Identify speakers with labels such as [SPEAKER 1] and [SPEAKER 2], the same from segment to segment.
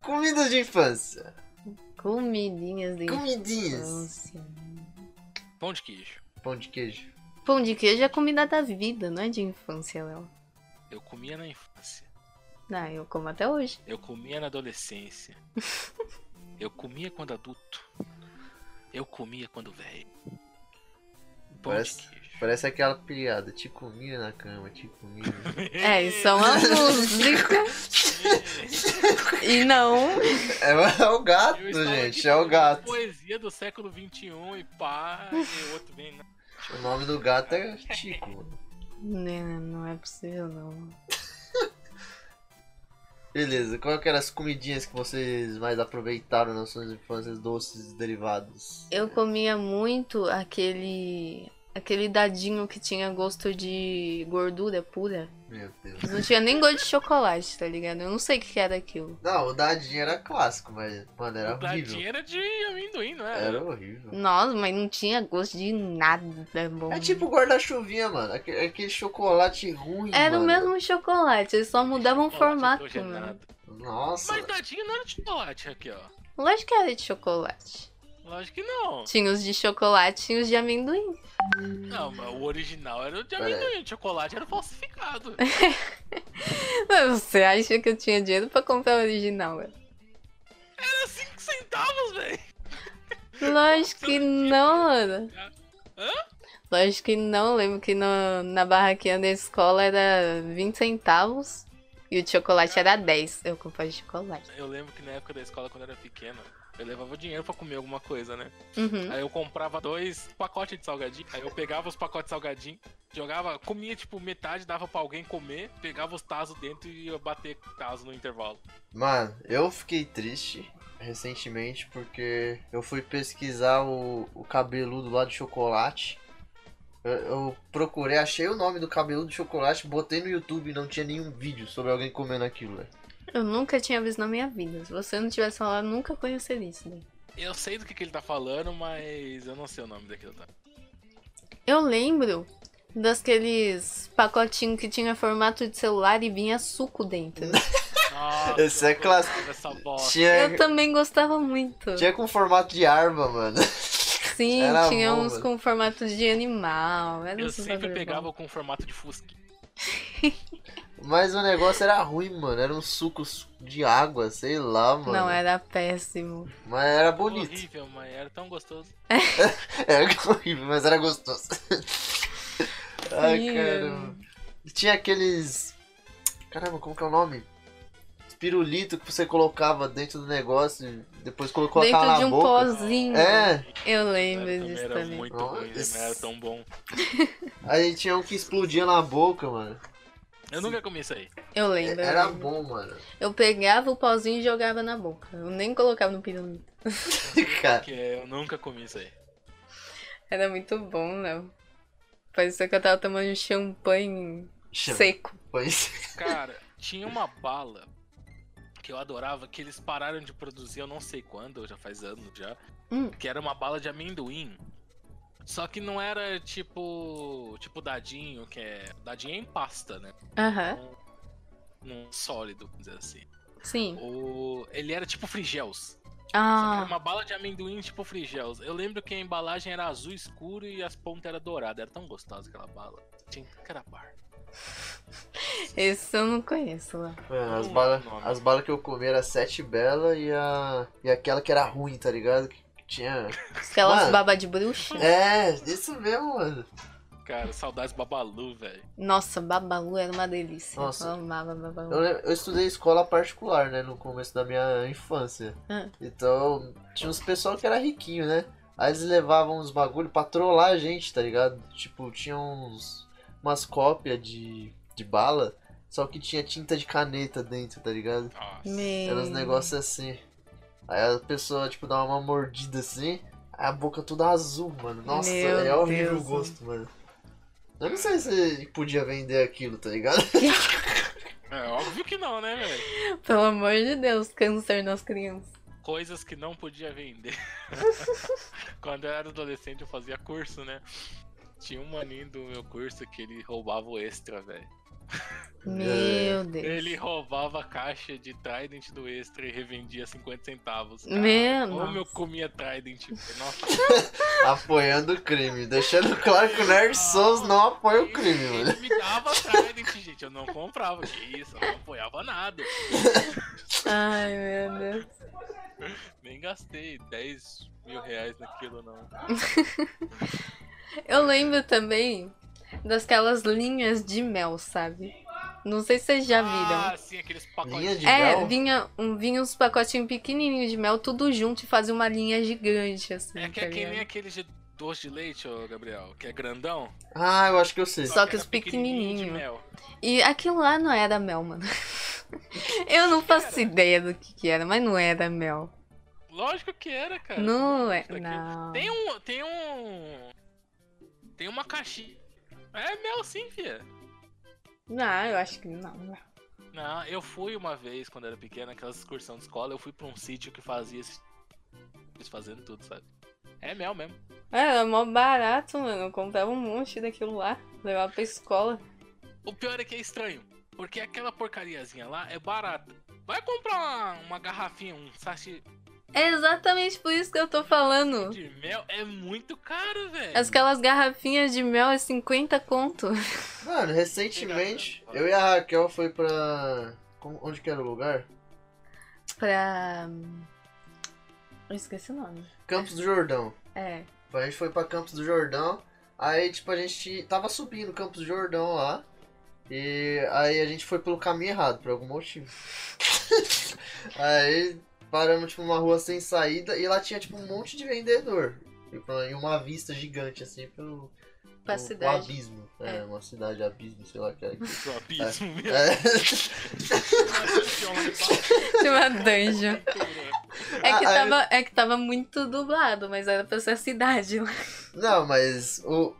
[SPEAKER 1] Comidas de infância.
[SPEAKER 2] Comidinhas de
[SPEAKER 1] Comidinhas.
[SPEAKER 2] infância.
[SPEAKER 3] Pão de queijo.
[SPEAKER 1] Pão de queijo.
[SPEAKER 2] Pão de queijo é comida da vida, não é de infância, Léo.
[SPEAKER 3] Eu comia na infância.
[SPEAKER 2] Ah, eu como até hoje.
[SPEAKER 3] Eu comia na adolescência. eu comia quando adulto. Eu comia quando velho. Pão
[SPEAKER 1] Parece-
[SPEAKER 3] de queijo.
[SPEAKER 1] Parece aquela piada. Te comia na cama, tipo, te comia.
[SPEAKER 2] É, isso é uma música. E não.
[SPEAKER 1] é, é o gato,
[SPEAKER 3] Eu estava
[SPEAKER 1] gente.
[SPEAKER 3] aqui
[SPEAKER 1] É o
[SPEAKER 3] falando
[SPEAKER 1] gato.
[SPEAKER 3] um Poesia do século XXI e pá, e outro vem. né? na-
[SPEAKER 1] O nome do gato é Tico. mano.
[SPEAKER 2] Não, não é possível, não.
[SPEAKER 1] Beleza, qual que eram as comidinhas que vocês mais aproveitaram nas suas infâncias doces e derivados?
[SPEAKER 2] Eu comia muito aquele. aquele dadinho que tinha gosto de gordura pura.
[SPEAKER 1] Meu Deus.
[SPEAKER 2] Não tinha nem gosto de chocolate, tá ligado? Eu não sei o que era aquilo.
[SPEAKER 1] Não, o dadinho era clássico, mas, mano, era
[SPEAKER 3] O dadinho
[SPEAKER 1] horrível.
[SPEAKER 3] era de amendoim, não era?
[SPEAKER 1] Era horrível.
[SPEAKER 2] Nossa, mas não tinha gosto de nada bom.
[SPEAKER 1] É tipo guarda-chuvinha, mano. Aque- Aquele, chocolate ruim.
[SPEAKER 2] Era o
[SPEAKER 1] mano.
[SPEAKER 2] mesmo chocolate, eles só mudavam o
[SPEAKER 3] Chocolate é
[SPEAKER 2] formato. né?
[SPEAKER 3] hidrogenado.
[SPEAKER 2] Mano.
[SPEAKER 1] Nossa.
[SPEAKER 3] Mas dadinho não era de chocolate aqui, ó.
[SPEAKER 2] Lógico que era de chocolate.
[SPEAKER 3] Lógico que não.
[SPEAKER 2] Tinha os de chocolate e os de amendoim.
[SPEAKER 3] Não, mas o original era o de
[SPEAKER 1] Pera aí.
[SPEAKER 3] amendoim, o chocolate era falsificado.
[SPEAKER 2] Mas você acha que eu tinha dinheiro pra comprar o original, velho?
[SPEAKER 3] Era 5 centavos, velho.
[SPEAKER 2] Lógico que não, mano.
[SPEAKER 3] Hã?
[SPEAKER 2] Lógico que não. Lembro que no, na barraquinha da escola era 20 centavos e o chocolate era 10. Eu comprava chocolate.
[SPEAKER 3] Eu lembro que na época da escola, quando eu era pequeno, eu levava dinheiro pra comer alguma coisa, né?
[SPEAKER 1] Hum?
[SPEAKER 2] Uhum.
[SPEAKER 3] Aí eu comprava dois pacotes de salgadinho, aí eu pegava os pacotes de salgadinho, jogava, comia tipo metade, dava pra alguém comer, pegava os tazos dentro e ia bater tazo no intervalo.
[SPEAKER 1] Mano, eu fiquei triste recentemente porque eu fui pesquisar o, o cabeludo lá de chocolate. Eu, eu procurei, achei o nome do cabeludo de chocolate, botei no YouTube e não tinha nenhum vídeo sobre alguém comendo aquilo, velho.
[SPEAKER 2] Eu nunca tinha visto na minha vida. Se você não tivesse falado, eu nunca conheceria isso daí.
[SPEAKER 3] Eu sei do que, que ele tá falando, mas eu não sei o nome daquilo, tá?
[SPEAKER 2] Eu lembro daqueles pacotinhos que tinha formato de celular e vinha suco dentro.
[SPEAKER 3] Nossa,
[SPEAKER 1] Esse é
[SPEAKER 3] eu
[SPEAKER 1] clássico.
[SPEAKER 3] gostava dessa bosta.
[SPEAKER 2] Eu
[SPEAKER 1] Tinha,
[SPEAKER 2] também gostava muito.
[SPEAKER 1] É. tinha com formato de arma, mano.
[SPEAKER 2] Sim,
[SPEAKER 1] Era
[SPEAKER 2] tinha
[SPEAKER 1] bom,
[SPEAKER 2] uns
[SPEAKER 1] mano.
[SPEAKER 2] com formato de animal. Era um
[SPEAKER 3] Eu
[SPEAKER 2] uns
[SPEAKER 3] sempre
[SPEAKER 2] bagulho bom.
[SPEAKER 3] pegava com formato de fusca.
[SPEAKER 1] Mas o negócio era ruim, mano. Era um suco de água, sei lá, mano.
[SPEAKER 2] Não, é era péssimo.
[SPEAKER 1] Mas era bonito.
[SPEAKER 3] Horrível, mas era tão gostoso.
[SPEAKER 1] Era É, horrível, mas era gostoso. Ai,
[SPEAKER 2] Sim,
[SPEAKER 1] caramba. Tinha aqueles. Caramba, como que é o nome? Pirulito que você colocava dentro do negócio e depois colocou a cara
[SPEAKER 2] Dentro
[SPEAKER 1] na
[SPEAKER 2] de um
[SPEAKER 1] boca.
[SPEAKER 2] pozinho.
[SPEAKER 1] É,
[SPEAKER 2] Eu
[SPEAKER 3] Era,
[SPEAKER 2] lembro
[SPEAKER 3] também
[SPEAKER 2] disso
[SPEAKER 3] era
[SPEAKER 2] também.
[SPEAKER 3] muito ruim, né?
[SPEAKER 1] Nossa.
[SPEAKER 3] mas era tão bom.
[SPEAKER 1] aí tinha um que explodia na boca, mano. É,
[SPEAKER 3] Eu nunca comi isso aí.
[SPEAKER 2] Eu lembro. eu
[SPEAKER 1] Era
[SPEAKER 2] lembro.
[SPEAKER 1] bom, mano.
[SPEAKER 2] Eu pegava o pozinho e jogava na boca. Eu nem colocava no pirulito.
[SPEAKER 1] Cara,
[SPEAKER 3] Porque eu nunca comi isso aí.
[SPEAKER 2] Era muito bom, Léo. Parecia que eu tava tomando champanhe
[SPEAKER 1] chama-
[SPEAKER 2] seco.
[SPEAKER 1] foi isso.
[SPEAKER 3] Cara, tinha uma bala que eu adorava, que eles pararam de produzir, eu não sei quando, já faz anos já.
[SPEAKER 2] Hum.
[SPEAKER 3] Que era uma bala de amendoim. Só que não era tipo. Tipo dadinho, que é. Dadinho é em pasta, né?
[SPEAKER 2] Aham,
[SPEAKER 3] Num sólido, vamos dizer assim.
[SPEAKER 2] sim.
[SPEAKER 3] O... Ele era tipo frigels. Só que era
[SPEAKER 2] Ah,
[SPEAKER 3] uma bala de amendoim tipo frigels. Eu lembro que a embalagem era azul escuro e as pontas eram douradas. Era tão gostosa aquela bala. Tinha que era bar.
[SPEAKER 2] esse eu não conheço, Léo.
[SPEAKER 1] Mano, as
[SPEAKER 3] Não
[SPEAKER 1] balas
[SPEAKER 3] lembro o nome.
[SPEAKER 1] as bala que eu comi era sete bela e a. E aquela que era ruim, tá ligado? Que tinha.
[SPEAKER 2] Aquelas
[SPEAKER 1] Mano.
[SPEAKER 2] babá de bruxa.
[SPEAKER 1] É, isso mesmo, mano.
[SPEAKER 3] Cara, saudades babalu, velho.
[SPEAKER 2] Nossa, babalu era uma delícia.
[SPEAKER 1] Nossa.
[SPEAKER 2] Eu amava babalu.
[SPEAKER 1] Eu, lem- eu estudei escola particular, né, no começo da minha infância.
[SPEAKER 2] Ah.
[SPEAKER 1] Então, tinha uns pessoal que era riquinho, né? Aí eles levavam uns bagulho pra trollar a gente, tá ligado? Tipo, tinha uns, umas cópias de, de bala, só que tinha tinta de caneta dentro, tá ligado?
[SPEAKER 3] Nossa.
[SPEAKER 2] Meu.
[SPEAKER 1] Era uns negócios assim. Aí a pessoa, tipo, dava uma mordida assim, aí a boca toda azul, mano. Nossa,
[SPEAKER 2] Meu
[SPEAKER 1] é horrível
[SPEAKER 2] Deus.
[SPEAKER 1] o gosto, mano. Eu não sei se podia vender aquilo, tá ligado?
[SPEAKER 3] É óbvio que não, né, velho?
[SPEAKER 2] Pelo amor de Deus, câncer nas crianças.
[SPEAKER 3] Coisas que não podia vender. Quando eu era adolescente, eu fazia curso, né? Tinha um maninho do meu curso que ele roubava o extra, velho.
[SPEAKER 2] Meu Deus.
[SPEAKER 3] É, Ele roubava a caixa de Trident do Extra e revendia 50 centavos. cara.
[SPEAKER 2] Meu,
[SPEAKER 3] Como
[SPEAKER 2] nossa.
[SPEAKER 3] eu comia Trident. velho. Nossa,
[SPEAKER 1] Apoiando o crime. Deixando claro que o Nerd Souls não apoia o é um crime,
[SPEAKER 3] ele,
[SPEAKER 1] mano.
[SPEAKER 3] ele me dava Trident, gente. Eu não comprava. Que isso, eu não apoiava nada.
[SPEAKER 2] Ai, meu Deus.
[SPEAKER 3] Nem gastei 10 mil reais naquilo, não.
[SPEAKER 2] Eu lembro também daquelas linhas de mel, sabe? Não sei se vocês já viram.
[SPEAKER 3] Ah, sim, aqueles pacotes.
[SPEAKER 1] Linha de
[SPEAKER 2] é,
[SPEAKER 1] mel?
[SPEAKER 2] vinha, um, vinha uns pacotinhos pequenininhos de mel, tudo junto e fazia uma linha gigante, assim.
[SPEAKER 3] É que
[SPEAKER 2] tá
[SPEAKER 3] é que nem
[SPEAKER 2] ligado?
[SPEAKER 3] aquele de doce de leite, ô Gabriel, que é grandão.
[SPEAKER 1] Ah, eu acho que eu sei.
[SPEAKER 2] Só que os
[SPEAKER 3] era pequenininho de
[SPEAKER 2] pequenininho.
[SPEAKER 3] mel.
[SPEAKER 2] E aquilo lá não era mel, mano. Eu não faço ideia do que, que era, mas não era mel.
[SPEAKER 3] Lógico que era, cara.
[SPEAKER 2] Não é.
[SPEAKER 3] Isso daqui.
[SPEAKER 2] Não.
[SPEAKER 3] Tem um. Tem um. Tem uma caixinha. É mel sim, fia.
[SPEAKER 2] Não, eu acho que não.
[SPEAKER 3] Não, eu fui uma vez, quando era pequena, aquelas excursão de escola, eu fui pra um sítio que fazia esse... eles fazendo tudo, sabe? É mel mesmo.
[SPEAKER 2] Era É, mó barato, mano. Eu comprava um monte daquilo lá. Levava pra escola.
[SPEAKER 3] O pior é que é estranho, porque aquela porcariazinha lá é barata. Vai comprar uma, uma garrafinha, um sachê
[SPEAKER 2] É exatamente por isso que eu tô falando.
[SPEAKER 3] de mel, é muito caro, velho.
[SPEAKER 2] Aquelas garrafinhas de mel é 50 conto.
[SPEAKER 1] Mano, recentemente, eu e a Raquel foi pra. como- Onde que era o lugar?
[SPEAKER 2] Pra. hum, Eu esqueci o nome.
[SPEAKER 1] Campos do Jordão.
[SPEAKER 2] É.
[SPEAKER 1] Então A gente foi pra Campos do Jordão. Aí, tipo, a gente tava subindo Campos do Jordão lá. E aí a gente foi pelo caminho errado, por algum motivo. aí paramos, tipo, numa rua sem saída. E lá tinha, tipo, um monte de vendedor. Tipo, E uma vista gigante, assim, pelo.
[SPEAKER 2] Pra
[SPEAKER 1] pelo-
[SPEAKER 2] cidade.
[SPEAKER 1] Um abismo. É,
[SPEAKER 2] É.
[SPEAKER 1] uma cidade abismo, sei lá o que era.
[SPEAKER 3] Só Tipo, abismo mesmo. né?
[SPEAKER 1] É.
[SPEAKER 2] Chama Dungeon. É que,
[SPEAKER 1] Ah, ah,
[SPEAKER 2] tava, é que tava muito dublado, mas era pra ser cidade lá.
[SPEAKER 1] Não, mas o.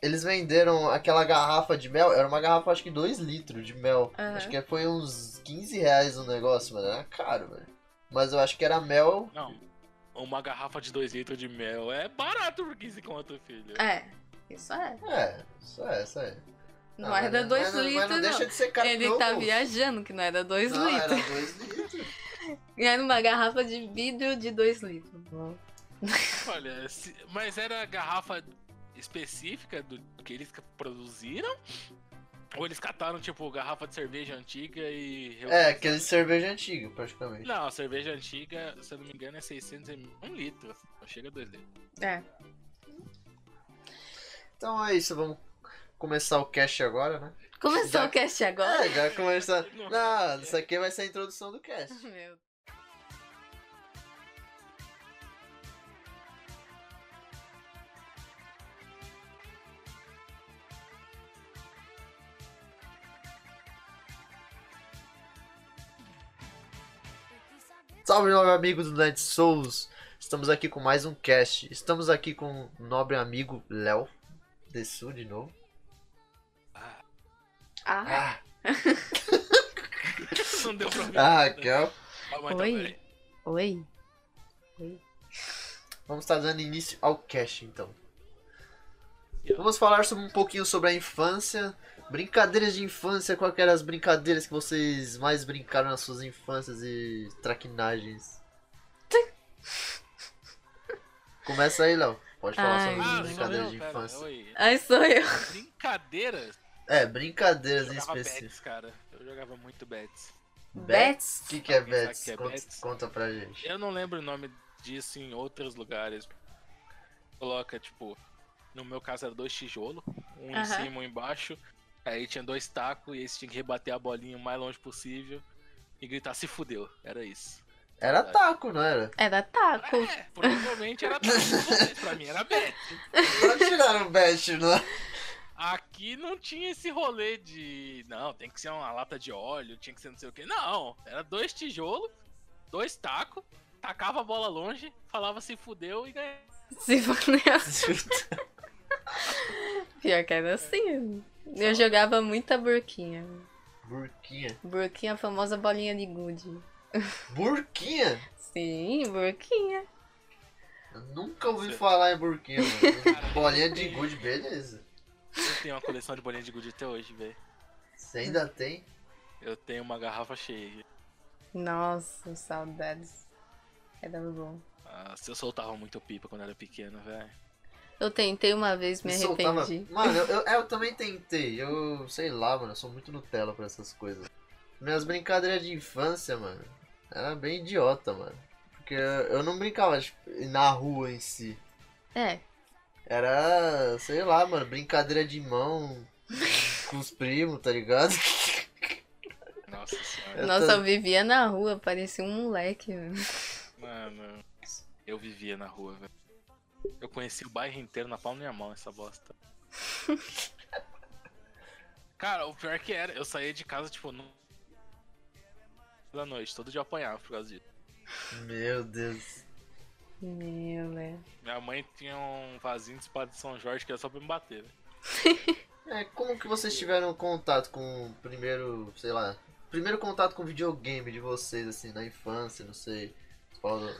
[SPEAKER 1] Eles venderam aquela garrafa de mel, era uma garrafa acho que 2 litros de mel.
[SPEAKER 2] Aham.
[SPEAKER 1] Acho que foi uns 15 reais o negócio, mano. Era caro, velho. Mas eu acho que era mel.
[SPEAKER 3] Não, uma garrafa de 2 litros de mel é barato por 15 conto, filho.
[SPEAKER 2] É. Isso é.
[SPEAKER 1] É, isso é, isso é.
[SPEAKER 2] Não,
[SPEAKER 1] mas
[SPEAKER 2] era 2
[SPEAKER 1] mas não-
[SPEAKER 2] litros,
[SPEAKER 1] Mas não
[SPEAKER 2] não.
[SPEAKER 1] deixa de ser caro
[SPEAKER 2] Ele
[SPEAKER 1] não,
[SPEAKER 2] tá
[SPEAKER 1] moço.
[SPEAKER 2] viajando que não era 2
[SPEAKER 1] Não, era
[SPEAKER 2] litros.
[SPEAKER 1] 2 litros.
[SPEAKER 2] Era uma garrafa de vidro de 2 litros.
[SPEAKER 3] Olha, se- mas era a garrafa específica do que eles ca- produziram? Ou eles cataram, tipo, garrafa de cerveja antiga e.
[SPEAKER 1] É, aquele cerveja antigo, praticamente.
[SPEAKER 3] Não, a cerveja antiga, se eu não me engano, é 600 ml, um litro. Não chega a 2 litros.
[SPEAKER 2] É.
[SPEAKER 1] Então é isso, vamos começar o cast agora, né?
[SPEAKER 2] Começou
[SPEAKER 1] Já-
[SPEAKER 2] o cast agora?
[SPEAKER 1] É, já começar.
[SPEAKER 3] Não.
[SPEAKER 1] Não, isso aqui vai ser a introdução do cast.
[SPEAKER 2] Meu
[SPEAKER 1] Salve, nobre amigo do Night Souls! Estamos aqui com mais um cast. Estamos aqui com o nobre amigo Léo. Dessu de novo.
[SPEAKER 2] Ah,
[SPEAKER 1] Ah,
[SPEAKER 3] Não deu pra ver.
[SPEAKER 1] ah Raquel.
[SPEAKER 3] Ah, mas então,
[SPEAKER 2] Oi.
[SPEAKER 3] peraí.
[SPEAKER 2] oi.
[SPEAKER 1] Vamos estar dando início ao cast então. Vamos falar sobre um pouquinho sobre a infância. Brincadeiras de infância, qual que eram as brincadeiras que vocês mais brincaram nas suas infâncias e traquinagens? Começa aí, Léo. Pode falar
[SPEAKER 2] Ai,
[SPEAKER 1] sobre
[SPEAKER 3] Ah,
[SPEAKER 1] as
[SPEAKER 2] Sim,
[SPEAKER 3] sou
[SPEAKER 1] brincadeiras
[SPEAKER 3] eu?
[SPEAKER 1] de
[SPEAKER 3] Pera,
[SPEAKER 1] infância.
[SPEAKER 3] oi.
[SPEAKER 2] Ai, sou eu.
[SPEAKER 3] Brincadeiras?
[SPEAKER 1] É,
[SPEAKER 3] Eu
[SPEAKER 1] brincadeiras em
[SPEAKER 3] jogava
[SPEAKER 1] específico.
[SPEAKER 3] bets, cara. Eu jogava muito bets.
[SPEAKER 1] Bets? O
[SPEAKER 2] Bets?
[SPEAKER 1] que, que é
[SPEAKER 3] Alguém sabe
[SPEAKER 1] Bets?
[SPEAKER 3] que é
[SPEAKER 1] conta,
[SPEAKER 3] Bets? É
[SPEAKER 1] conta pra gente.
[SPEAKER 3] Eu não lembro o nome disso em outros lugares. Coloca, tipo, no meu caso era dois tijolos, um em
[SPEAKER 2] Aham.
[SPEAKER 3] cima, um embaixo. Aí tinha dois tacos e aí você tinha que rebater a bolinha o mais longe possível e gritar se fudeu. Era isso.
[SPEAKER 1] Era taco, não era?
[SPEAKER 2] Era taco.
[SPEAKER 3] É, provavelmente era taco pra vocês, pra mim era bet.
[SPEAKER 1] Não tiraram bet, não. é?
[SPEAKER 3] Aqui não tinha esse rolê de. Não, tem que ser uma lata de óleo, tinha que ser não sei o que. Não, era dois tijolos, dois tacos, tacava a bola longe, falava se fudeu e ganhava.
[SPEAKER 2] Se for Pior que era assim. Eu jogava muita burquinha.
[SPEAKER 1] Burquinha.
[SPEAKER 2] Burquinha, a famosa bolinha de gude.
[SPEAKER 1] Burquinha?
[SPEAKER 2] Sim, burquinha.
[SPEAKER 1] Eu nunca ouvi
[SPEAKER 3] Sim.
[SPEAKER 1] falar em burquinha, mano.
[SPEAKER 3] Cara,
[SPEAKER 1] Bolinha de good, beleza.
[SPEAKER 3] Eu tenho uma coleção de bolinha de gude até hoje, velho.
[SPEAKER 1] Você ainda tem?
[SPEAKER 3] Eu tenho uma garrafa cheia.
[SPEAKER 2] Nossa, saudades. Era bom.
[SPEAKER 3] Ah, se eu soltava muito pipa quando era pequeno, velho.
[SPEAKER 2] Eu tentei uma vez, me
[SPEAKER 1] Eu soltava-
[SPEAKER 2] arrependi.
[SPEAKER 1] Mano, eu, é, eu, eu também tentei. Eu sei lá, mano. Eu sou muito Nutella pra essas coisas. Minhas brincadeiras de infância, mano, era bem idiota, mano. Porque eu, eu não brincava tipo, na rua em si.
[SPEAKER 2] É,
[SPEAKER 1] Era, sei lá, mano, brincadeira de mão com os primos, tá ligado?
[SPEAKER 3] Nossa senhora.
[SPEAKER 1] Eu
[SPEAKER 2] nossa,
[SPEAKER 1] tô-
[SPEAKER 2] eu vivia na rua, parecia um moleque. velho.
[SPEAKER 3] Mano, eu vivia na rua, velho. Eu conheci o bairro inteiro na palma da minha mão, essa bosta. Cara, o pior que era, eu saía de casa, tipo, no... da noite, todo dia eu apanhava por causa disso.
[SPEAKER 1] Meu Deus.
[SPEAKER 2] Meu, velho.
[SPEAKER 3] Minha mãe tinha um vasinho de espada de São Jorge que era só pra me bater, velho.
[SPEAKER 1] É, como que vocês tiveram contato com o primeiro, sei lá, primeiro contato com o videogame de vocês, assim, na infância, não sei. Você falou-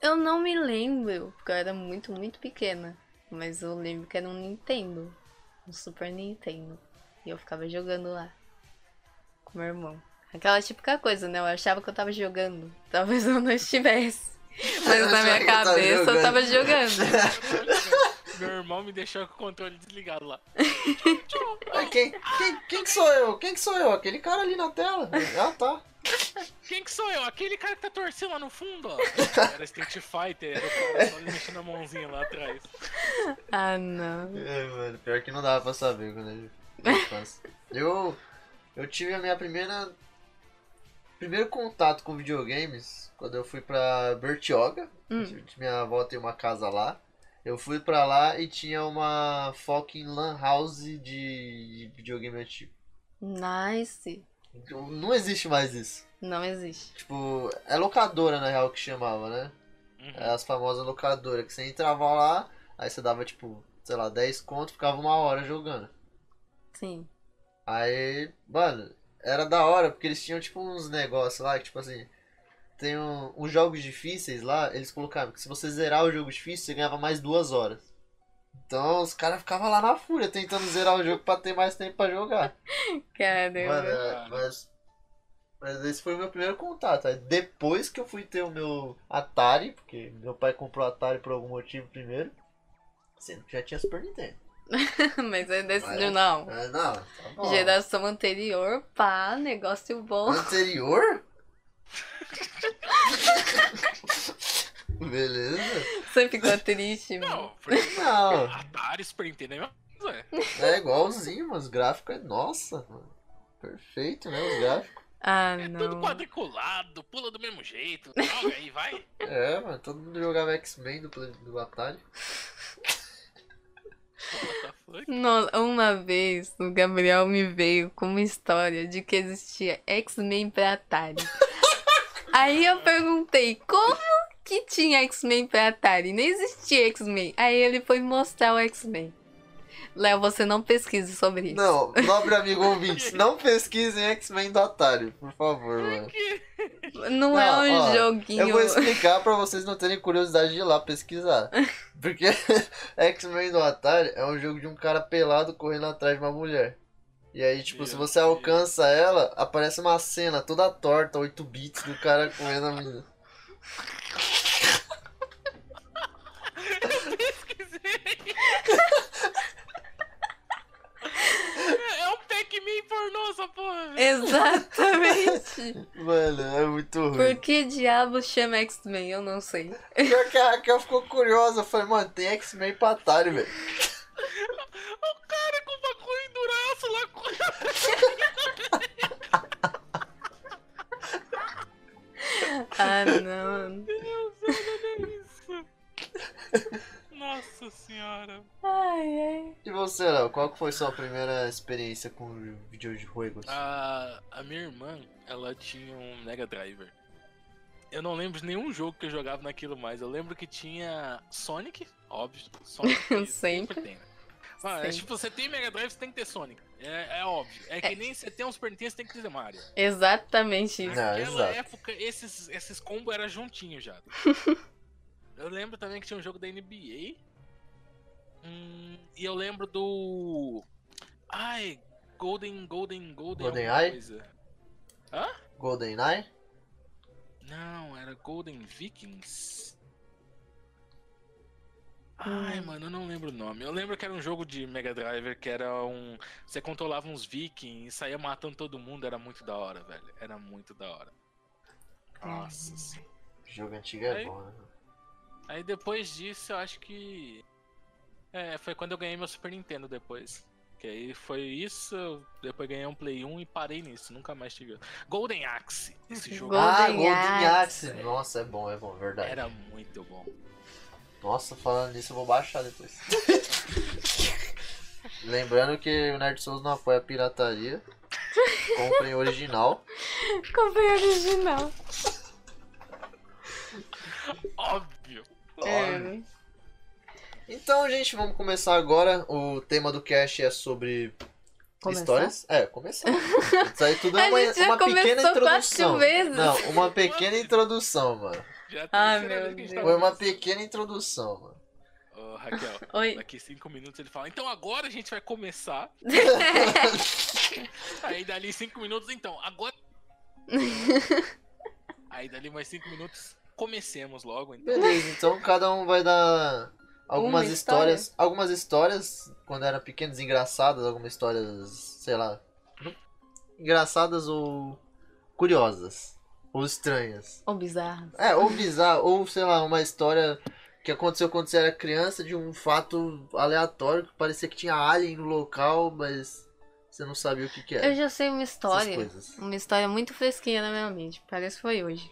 [SPEAKER 2] Eu não me lembro, porque eu era muito, muito pequena. Mas eu lembro que era um Nintendo. Um Super Nintendo. E eu ficava jogando lá. Com meu irmão. Aquela típica coisa, né? Eu achava que eu tava jogando. Talvez eu não estivesse. Mas na minha
[SPEAKER 1] Eu achava que eu
[SPEAKER 2] cabeça eu
[SPEAKER 1] tava
[SPEAKER 2] tava jogando.
[SPEAKER 3] Meu irmão me deixou com o controle desligado lá.
[SPEAKER 1] Ah, quem, quem, quem que sou eu? Quem que sou eu? Aquele cara ali na tela. Ah, tá.
[SPEAKER 3] Quem que sou eu? Aquele cara que tá torcendo lá no fundo, ó. Era Street Fighter, era o cara só mexendo a mãozinha lá atrás.
[SPEAKER 2] Ah, não.
[SPEAKER 1] É, mano, pior que não dava pra saber quando ele na infância. Eu, eu tive a minha primeira. Primeiro contato com videogames quando eu fui pra Bertioga.
[SPEAKER 2] Hum.
[SPEAKER 1] Minha avó tem uma casa lá. Eu fui pra lá e tinha uma fucking lan house de, de videogame antigo.
[SPEAKER 2] Nice.
[SPEAKER 1] Então, Não existe mais isso.
[SPEAKER 2] Não existe.
[SPEAKER 1] Tipo, é locadora na real que chamava, né?
[SPEAKER 3] Uhum.
[SPEAKER 1] As famosas locadoras que você entrava lá, aí você dava tipo, sei lá, 10 conto, ficava uma hora jogando.
[SPEAKER 2] Sim.
[SPEAKER 1] Aí, mano, era da hora, porque eles tinham tipo uns negócios lá, que tipo assim, tem um, uns jogos difíceis lá, eles colocaram que se você zerar o jogo difícil, você ganhava mais duas horas. Então os caras ficavam lá na fúria tentando zerar o jogo pra ter mais tempo pra jogar. Mano,
[SPEAKER 2] Caramba.
[SPEAKER 1] é, mas, mas esse foi o meu primeiro contato. Aí depois que eu fui ter o meu Atari, porque meu pai comprou Atari por algum motivo primeiro, sendo que já tinha Super Nintendo.
[SPEAKER 2] Mas eu
[SPEAKER 1] Mas-
[SPEAKER 2] decidiu não.
[SPEAKER 1] Ah, não, tá bom.
[SPEAKER 2] Geração anterior, pá, negócio bom.
[SPEAKER 1] É Anterior? Beleza?
[SPEAKER 2] Você ficou triste, mano.
[SPEAKER 3] Não, porque
[SPEAKER 1] Não,
[SPEAKER 3] Atari, Super Nintendo é a mesma coisa, é.
[SPEAKER 1] é igualzinho, mas o gráfico é. Nossa, mano. Perfeito, né? Os gráficos.
[SPEAKER 2] Ah,
[SPEAKER 3] É tudo
[SPEAKER 2] não.
[SPEAKER 3] quadriculado, pula do mesmo jeito. Joga aí, vai.
[SPEAKER 1] É, mano, todo mundo jogava X-Men do, Play- do Atari.
[SPEAKER 3] What the fuck?
[SPEAKER 2] No- uma vez o Gabriel me veio com uma história de que existia X-Men pra Atari. Aí eu perguntei como que tinha X-Men pra Atari? Nem existia X-Men. Aí ele foi mostrar o X-Men. Léo, você não pesquise sobre isso.
[SPEAKER 1] Não, nobre amigo ouvinte, não pesquisem X-Men do Atari, por favor, mano.
[SPEAKER 3] Que-
[SPEAKER 2] Não,
[SPEAKER 1] Não,
[SPEAKER 2] é um
[SPEAKER 1] ó,
[SPEAKER 2] joguinho.
[SPEAKER 1] Eu vou explicar pra vocês não terem curiosidade de ir lá pesquisar. Porque X-Men do Atari é um jogo de um cara pelado correndo atrás de uma mulher. E aí, tipo, se
[SPEAKER 3] Meu
[SPEAKER 1] você
[SPEAKER 3] Deus.
[SPEAKER 1] alcança ela, aparece uma cena toda torta, 8 bits do cara correndo a menina.
[SPEAKER 3] É um Pac-Man pornô essa porra. velho.
[SPEAKER 2] Exatamente.
[SPEAKER 1] Mano, é muito
[SPEAKER 2] Por
[SPEAKER 1] ruim.
[SPEAKER 2] que diabo chama X-Men? Eu não sei.
[SPEAKER 1] Pior que a Raquel ficou curiosa, eu falei, mano, tem X-Men pra Atari, velho.
[SPEAKER 3] O cara com o bagulho em duraço lá. com-
[SPEAKER 2] Ah, não.
[SPEAKER 3] Meu Deus, olha isso. Nossa senhora.
[SPEAKER 2] Ai, ai.
[SPEAKER 1] E você, Léo, qual que foi sua primeira experiência com videojuegos?
[SPEAKER 3] Ah, A, a minha irmã, ela tinha um Mega Driver. Eu não lembro de nenhum jogo que eu jogava naquilo mais. Eu lembro que tinha Sonic, óbvio. Sonic sempre.
[SPEAKER 2] Sempre.
[SPEAKER 3] tem, né? Mano, é
[SPEAKER 2] Sim.
[SPEAKER 3] tipo, você tem Mega Drive, você tem que ter Sonic. É, é óbvio. É, que nem você tem um Super Nintendo, você tem que ter Mario.
[SPEAKER 2] Exatamente isso.
[SPEAKER 1] Ah,
[SPEAKER 3] Naquela
[SPEAKER 1] exato.
[SPEAKER 3] época, esses, esses combos eram juntinhos já. eu lembro também que tinha um jogo da NBA. Hum, e eu lembro do. Ai, Golden, Golden, Golden.
[SPEAKER 1] Golden
[SPEAKER 3] alguma
[SPEAKER 1] Eye?
[SPEAKER 3] coisa. é-
[SPEAKER 1] GoldenEye?
[SPEAKER 3] Não, era Golden Vikings. Ai, mano, eu não lembro o nome. Eu lembro que era um jogo de Mega Driver que era um. Você controlava uns vikings e saía matando todo mundo. Era muito da hora, velho. Era muito da hora. Nossa senhora.
[SPEAKER 1] Jogo antigo é
[SPEAKER 3] Aí-
[SPEAKER 1] bom, né?
[SPEAKER 3] Aí depois disso, eu acho que. É, foi quando eu ganhei meu Super Nintendo depois. Que aí foi isso, eu depois ganhei um Play 1 e parei nisso, nunca mais tive. outro. Golden Axe, esse jogo
[SPEAKER 2] Golden
[SPEAKER 1] ah, Golden
[SPEAKER 2] Axe.
[SPEAKER 1] Axe! Nossa, é bom, é bom, verdade.
[SPEAKER 3] era muito bom.
[SPEAKER 1] Nossa, falando nisso, eu vou baixar depois. Lembrando que o Nerd Souls não apoia a pirataria. Comprem original.
[SPEAKER 2] Comprei original.
[SPEAKER 3] Óbvio!
[SPEAKER 2] É.
[SPEAKER 1] Então, gente, vamos começar agora. O tema do cast é sobre
[SPEAKER 2] Começar?
[SPEAKER 1] histórias. É, começar. Isso aí tudo é
[SPEAKER 2] A
[SPEAKER 1] uma,
[SPEAKER 2] gente já
[SPEAKER 1] uma pequena
[SPEAKER 2] começou
[SPEAKER 1] introdução.
[SPEAKER 2] quatro vezes.
[SPEAKER 1] Não, uma pequena introdução, mano.
[SPEAKER 3] Já é a
[SPEAKER 2] Ah,
[SPEAKER 3] terceira
[SPEAKER 2] meu
[SPEAKER 3] vez que a gente tá
[SPEAKER 1] Foi uma
[SPEAKER 3] conversando.
[SPEAKER 1] pequena introdução, mano.
[SPEAKER 3] Ô, Raquel,
[SPEAKER 2] Oi.
[SPEAKER 3] daqui cinco minutos ele fala, então agora a gente vai começar. Aí dali cinco minutos, então, agora. Aí dali mais cinco minutos, comecemos logo, então.
[SPEAKER 1] Beleza, então cada um vai dar algumas
[SPEAKER 2] Uma história?
[SPEAKER 1] histórias. Algumas histórias, quando eram pequenas, engraçadas, algumas histórias, sei lá. Engraçadas ou curiosas. Ou estranhas.
[SPEAKER 2] Ou bizarro.
[SPEAKER 1] É, ou bizarro, ou sei lá, uma história que aconteceu quando você era criança, de um fato aleatório que parecia que tinha alien no local, mas você não sabia o que, que era.
[SPEAKER 2] Eu já sei uma
[SPEAKER 1] É. Essas
[SPEAKER 2] história.
[SPEAKER 1] coisas.
[SPEAKER 2] Uma história muito fresquinha na minha mente. Parece que foi hoje.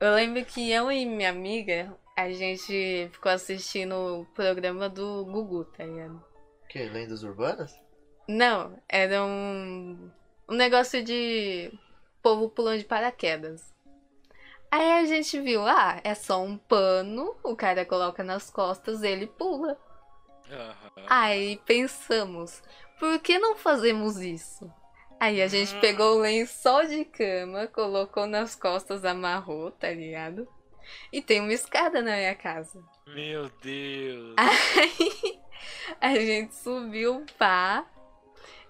[SPEAKER 2] Eu lembro que eu e minha amiga, a gente ficou assistindo o programa do Gugu, tá ligado?
[SPEAKER 1] Que? Lendas urbanas?
[SPEAKER 2] Não, era um, um negócio de povo pulando de paraquedas. Aí a gente viu, ah, é só um pano, o cara coloca nas costas, ele pula.
[SPEAKER 3] Aham.
[SPEAKER 2] Aí pensamos, por que não fazemos isso? Aí a gente
[SPEAKER 3] Hum.
[SPEAKER 2] pegou o lençol de cama, colocou nas costas, amarrou, tá ligado? E tem uma escada na minha casa.
[SPEAKER 3] Meu Deus.
[SPEAKER 2] Aí a gente subiu o pá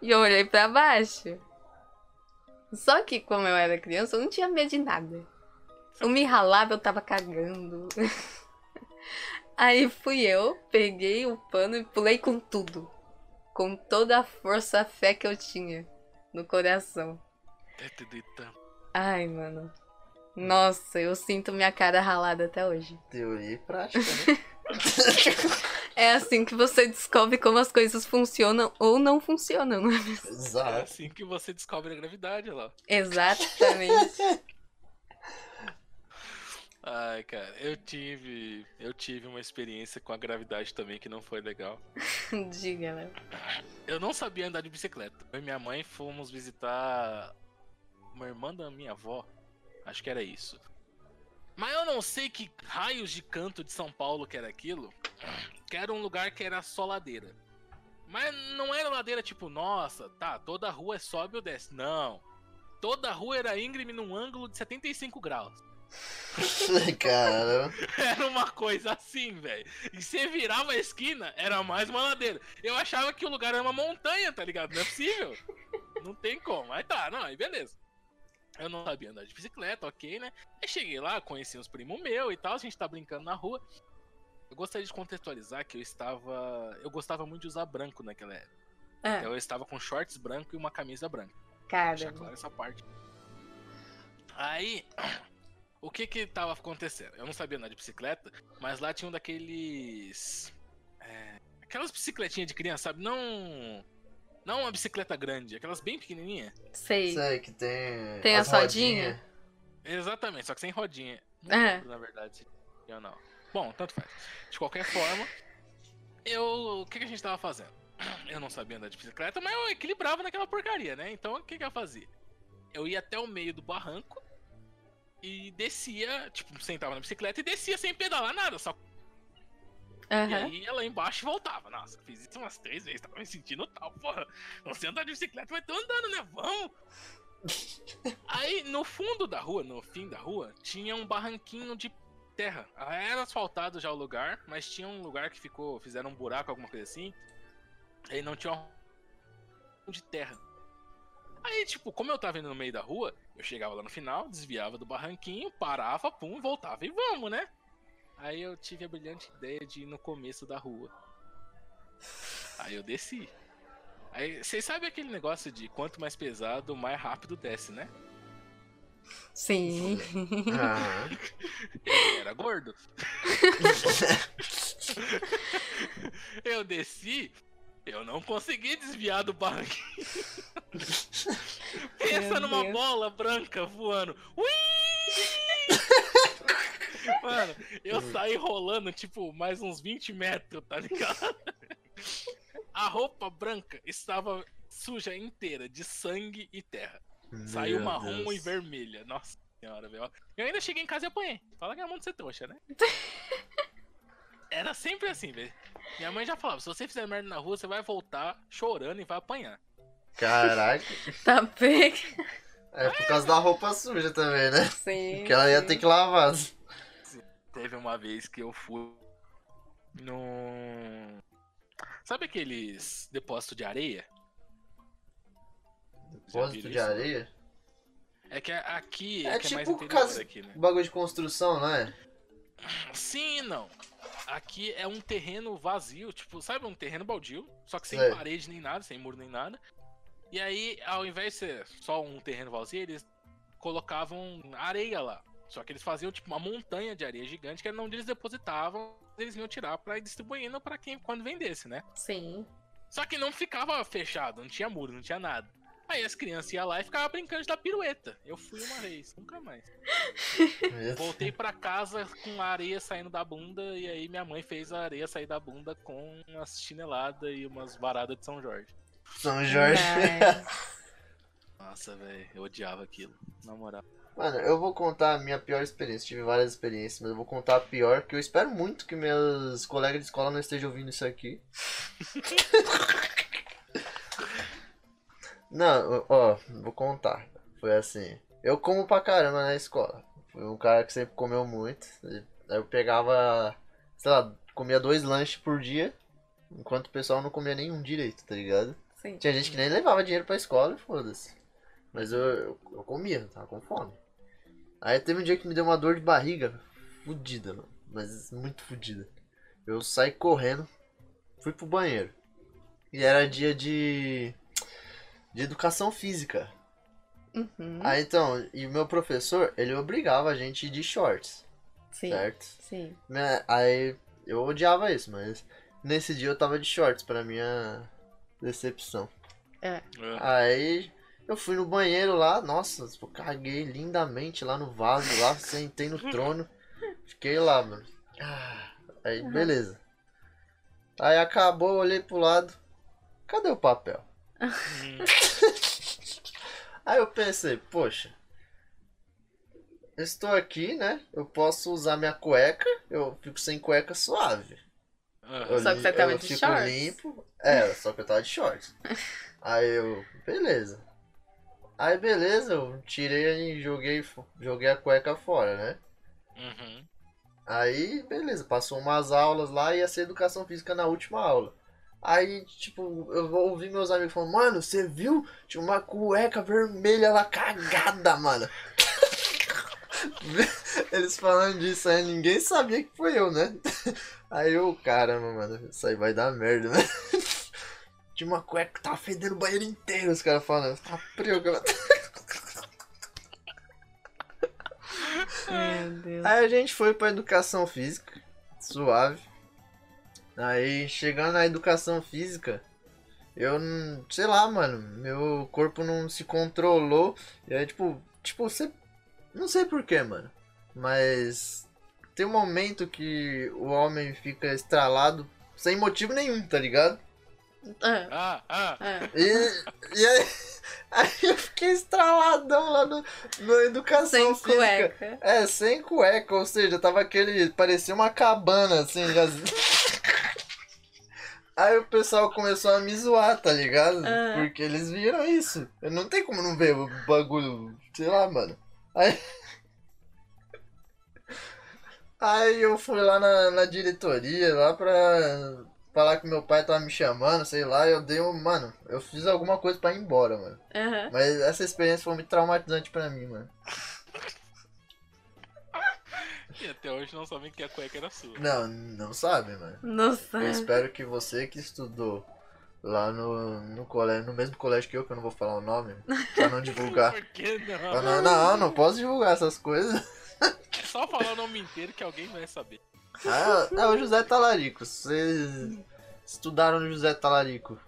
[SPEAKER 2] e eu olhei pra baixo. Só que como eu era criança, eu não tinha medo de nada. Eu me ralava, eu tava cagando. Aí fui eu, peguei o pano e pulei com tudo. Com toda a força, a fé que eu tinha no coração.
[SPEAKER 3] Deve ter doído tanto.
[SPEAKER 2] Ai, mano. Nossa, eu sinto minha cara ralada até hoje.
[SPEAKER 1] Teoria e prática, né?
[SPEAKER 2] É assim que você descobre como as coisas funcionam ou não funcionam.
[SPEAKER 3] É
[SPEAKER 1] Exato.
[SPEAKER 3] assim que você descobre a gravidade lá.
[SPEAKER 2] Exatamente.
[SPEAKER 3] Ai, cara, eu tive. Eu tive uma experiência com a gravidade também que não foi legal.
[SPEAKER 2] Diga, né?
[SPEAKER 3] Eu não sabia andar de bicicleta. Eu e minha mãe fomos visitar uma irmã da minha avó. Acho que era isso. Mas eu não sei que raios de canto de São Paulo que era aquilo. Que era um lugar que era só ladeira. Mas não era ladeira tipo, nossa, tá, toda rua é sobe ou desce. Não. Toda rua era íngreme num ângulo de 75 graus.
[SPEAKER 1] Caramba.
[SPEAKER 3] Era uma coisa assim, velho. E você virava a esquina, era mais uma ladeira. Eu achava que o lugar era uma montanha, tá ligado? Não é possível. não tem como. Aí tá, não, aí beleza. Eu não sabia andar de bicicleta, ok, né? Aí cheguei lá, conheci uns primos meu e tal, a gente tá brincando na rua. Eu gostaria de contextualizar que eu estava. Eu gostava muito de usar branco naquela época.
[SPEAKER 2] Ah,
[SPEAKER 3] Então eu estava com shorts branco e uma camisa branca deixar
[SPEAKER 2] cara.
[SPEAKER 3] claro essa parte. Aí, o que que tava acontecendo? Eu não sabia andar de bicicleta, mas lá tinha um daqueles... é, aquelas bicicletinhas de criança, sabe? Não... Não uma bicicleta grande, aquelas bem pequenininha.
[SPEAKER 2] Sei.
[SPEAKER 1] Sei que tem.
[SPEAKER 2] Tem
[SPEAKER 1] as
[SPEAKER 2] a sodinha?
[SPEAKER 1] rodinhas.
[SPEAKER 3] Exatamente, só que sem rodinha. Não
[SPEAKER 2] É.
[SPEAKER 3] lembro, na verdade, se tinha ou não. Bom, tanto faz. De qualquer forma, eu... O que que a gente tava fazendo? Eu não sabia andar de bicicleta, mas eu equilibrava naquela porcaria, né? Então, o que que eu fazia? Eu ia até o meio do barranco e descia, tipo, sentava na bicicleta e descia sem pedalar nada, só e
[SPEAKER 2] Aham.
[SPEAKER 3] aí ia lá embaixo e voltava. Nossa, fiz isso umas três vezes, tava me sentindo tal, porra. Não sei andar de bicicleta, mas tô andando, né? Vamos! aí no fundo da rua, no fim da rua, tinha um barranquinho de terra. Ah, Era asfaltado já o lugar, mas tinha um lugar que ficou, fizeram um buraco, alguma coisa assim. E não tinha uma de terra. Aí, tipo, como eu tava indo no meio da rua, eu chegava lá no final, desviava do barranquinho, parava, pum, voltava e vamos, né? Aí eu tive a brilhante ideia de ir no começo da rua. Aí eu desci. Aí, vocês sabem aquele negócio de quanto mais pesado, mais rápido desce, né?
[SPEAKER 2] Sim.
[SPEAKER 1] Aham.
[SPEAKER 3] era gordo. eu desci, eu não consegui desviar do barranquinho. Pensa
[SPEAKER 2] Meu
[SPEAKER 3] numa
[SPEAKER 2] Deus.
[SPEAKER 3] bola branca voando. Ui! Mano, eu saí rolando tipo mais uns 20 metros, tá ligado? A roupa branca estava suja inteira de sangue e terra. Saiu
[SPEAKER 1] Meu
[SPEAKER 3] marrom
[SPEAKER 1] Deus.
[SPEAKER 3] e vermelha. Nossa senhora, velho. Eu ainda cheguei em casa e apanhei. Fala que é a mão de ser trouxa, né? Era sempre assim, velho. Minha mãe já falava: se você fizer merda na rua, você vai voltar chorando e vai apanhar.
[SPEAKER 1] Caraca.
[SPEAKER 2] Tá pega.
[SPEAKER 1] É por causa da roupa suja também, né?
[SPEAKER 2] Sim.
[SPEAKER 1] Que ela ia ter que lavar.
[SPEAKER 3] Teve uma vez que eu fui num. Sabe aqueles depósitos de areia? Já
[SPEAKER 1] Depósito
[SPEAKER 3] viram
[SPEAKER 1] de
[SPEAKER 3] isso?
[SPEAKER 1] areia?
[SPEAKER 3] É que aqui é,
[SPEAKER 1] É
[SPEAKER 3] que é mais
[SPEAKER 1] tipo
[SPEAKER 3] interior
[SPEAKER 1] casa-
[SPEAKER 3] aqui, né?
[SPEAKER 1] Bagulho de construção, não é?
[SPEAKER 3] Sim e não. Aqui é um terreno vazio, tipo, sabe, um terreno baldio, só que sem
[SPEAKER 1] Sei.
[SPEAKER 3] parede nem nada, sem muro nem nada. E aí, ao invés de ser só um terreno vazio, eles colocavam areia lá. Só que eles faziam tipo uma montanha de areia gigante, que era onde eles depositavam, eles iam tirar pra ir distribuindo pra quem quando vendesse, né?
[SPEAKER 2] Sim.
[SPEAKER 3] Só que não ficava fechado, não tinha muro, não tinha nada. Aí as crianças iam lá e ficavam brincando de dar pirueta. Eu fui uma vez, nunca mais. Voltei pra casa com a areia saindo da bunda e aí minha mãe fez a areia sair da bunda com umas chineladas e umas varadas de São Jorge.
[SPEAKER 1] São Jorge.
[SPEAKER 2] Mas-
[SPEAKER 3] Nossa, velho, eu odiava aquilo, na moral.
[SPEAKER 1] Mano, eu vou contar a minha pior experiência. Tive várias experiências, mas eu vou contar a pior, que eu espero muito que meus colegas de escola não estejam ouvindo isso aqui. não, ó, vou contar. Foi assim. Eu como pra caramba na escola. Fui um cara que sempre comeu muito. E Eu pegava, sei lá, comia dois lanches por dia, enquanto o pessoal não comia nenhum direito, tá ligado?
[SPEAKER 2] Sim.
[SPEAKER 1] Tinha gente que nem levava dinheiro pra escola e foda-se. Mas eu, eu, eu comia, eu tava com fome. Aí teve um dia que me deu uma dor de barriga fudida, mano. Mas muito fudida. Eu saí correndo, fui pro banheiro. E era dia de. de educação física.
[SPEAKER 2] Uhum.
[SPEAKER 1] Aí então, e o meu professor, ele obrigava a gente a ir de shorts,
[SPEAKER 2] Sim.
[SPEAKER 1] certo?
[SPEAKER 2] Sim.
[SPEAKER 1] Né, Aí eu odiava isso, mas nesse dia eu tava de shorts, pra minha decepção.
[SPEAKER 3] Ah,
[SPEAKER 1] Aí eu fui no banheiro lá, nossa, eu caguei lindamente lá no vaso, lá sentei no trono, fiquei lá, mano. Ah, Aí beleza. Aí acabou, eu olhei pro lado, cadê o papel? Ah.
[SPEAKER 3] Hum,
[SPEAKER 1] Aí eu pensei, poxa, eu estou aqui, né? Eu posso usar minha cueca, eu fico sem cueca suave.
[SPEAKER 3] ah,
[SPEAKER 1] Eu
[SPEAKER 2] Só que
[SPEAKER 1] li-
[SPEAKER 2] você tava
[SPEAKER 1] eu
[SPEAKER 2] de
[SPEAKER 1] fico
[SPEAKER 2] shorts.
[SPEAKER 1] limpo. É, só que eu tava de shorts. Aí eu, beleza. Aí beleza, eu tirei e joguei, fo- joguei a cueca fora, né?
[SPEAKER 3] uhum.
[SPEAKER 1] Aí, beleza, passou umas aulas lá e ia ser educação física na última aula. Aí, tipo, eu ouvi meus amigos falando, mano, você viu? Tinha uma cueca vermelha lá cagada, mano. Eles falando disso aí, ninguém sabia que foi eu, né? Aí eu, caramba, mano, isso aí vai dar merda, né? Tinha uma cueca que tava fedendo o banheiro inteiro, os caras falando, tá preocupado. Ah.
[SPEAKER 2] Meu Deus.
[SPEAKER 1] Aí a gente foi pra educação física, suave. Aí chegando na educação física, eu não. sei lá, mano, meu corpo não se controlou. E aí, tipo, tipo, você. Não sei porquê, mano. Mas tem um momento que o homem fica estralado sem motivo nenhum, tá ligado?
[SPEAKER 2] Ah,
[SPEAKER 3] Ah, ah,
[SPEAKER 2] ah.
[SPEAKER 1] E, e aí, aí eu fiquei estraladão lá no, no educação
[SPEAKER 2] Sem
[SPEAKER 1] física.
[SPEAKER 2] cueca.
[SPEAKER 1] É, sem cueca, ou seja, tava aquele. parecia uma cabana, assim, já. Aí o pessoal começou a me zoar, tá ligado?
[SPEAKER 2] Ah.
[SPEAKER 1] Porque eles viram isso. Eu não tem como não ver o bagulho, sei lá, mano. Aí. Aí eu fui lá na, na diretoria, lá pra. falar que meu pai tava me chamando, sei lá, eu dei um. Mano, eu fiz alguma coisa pra ir embora, mano.
[SPEAKER 2] Aham.
[SPEAKER 1] Mas essa experiência foi muito traumatizante pra mim, mano.
[SPEAKER 3] E até hoje não sabem que a cueca era sua.
[SPEAKER 1] Não, não sabe, mano.
[SPEAKER 2] Nossa.
[SPEAKER 1] Eu espero que você que estudou lá no, no, colégio, no mesmo colégio que eu, que eu não vou falar o nome, pra não divulgar.
[SPEAKER 3] Por que
[SPEAKER 1] Pra não,
[SPEAKER 3] não?
[SPEAKER 1] não, não posso divulgar essas coisas.
[SPEAKER 3] É só falar o nome inteiro que alguém vai saber.
[SPEAKER 1] Ah, é o José Talarico. Vocês estudaram no José Talarico.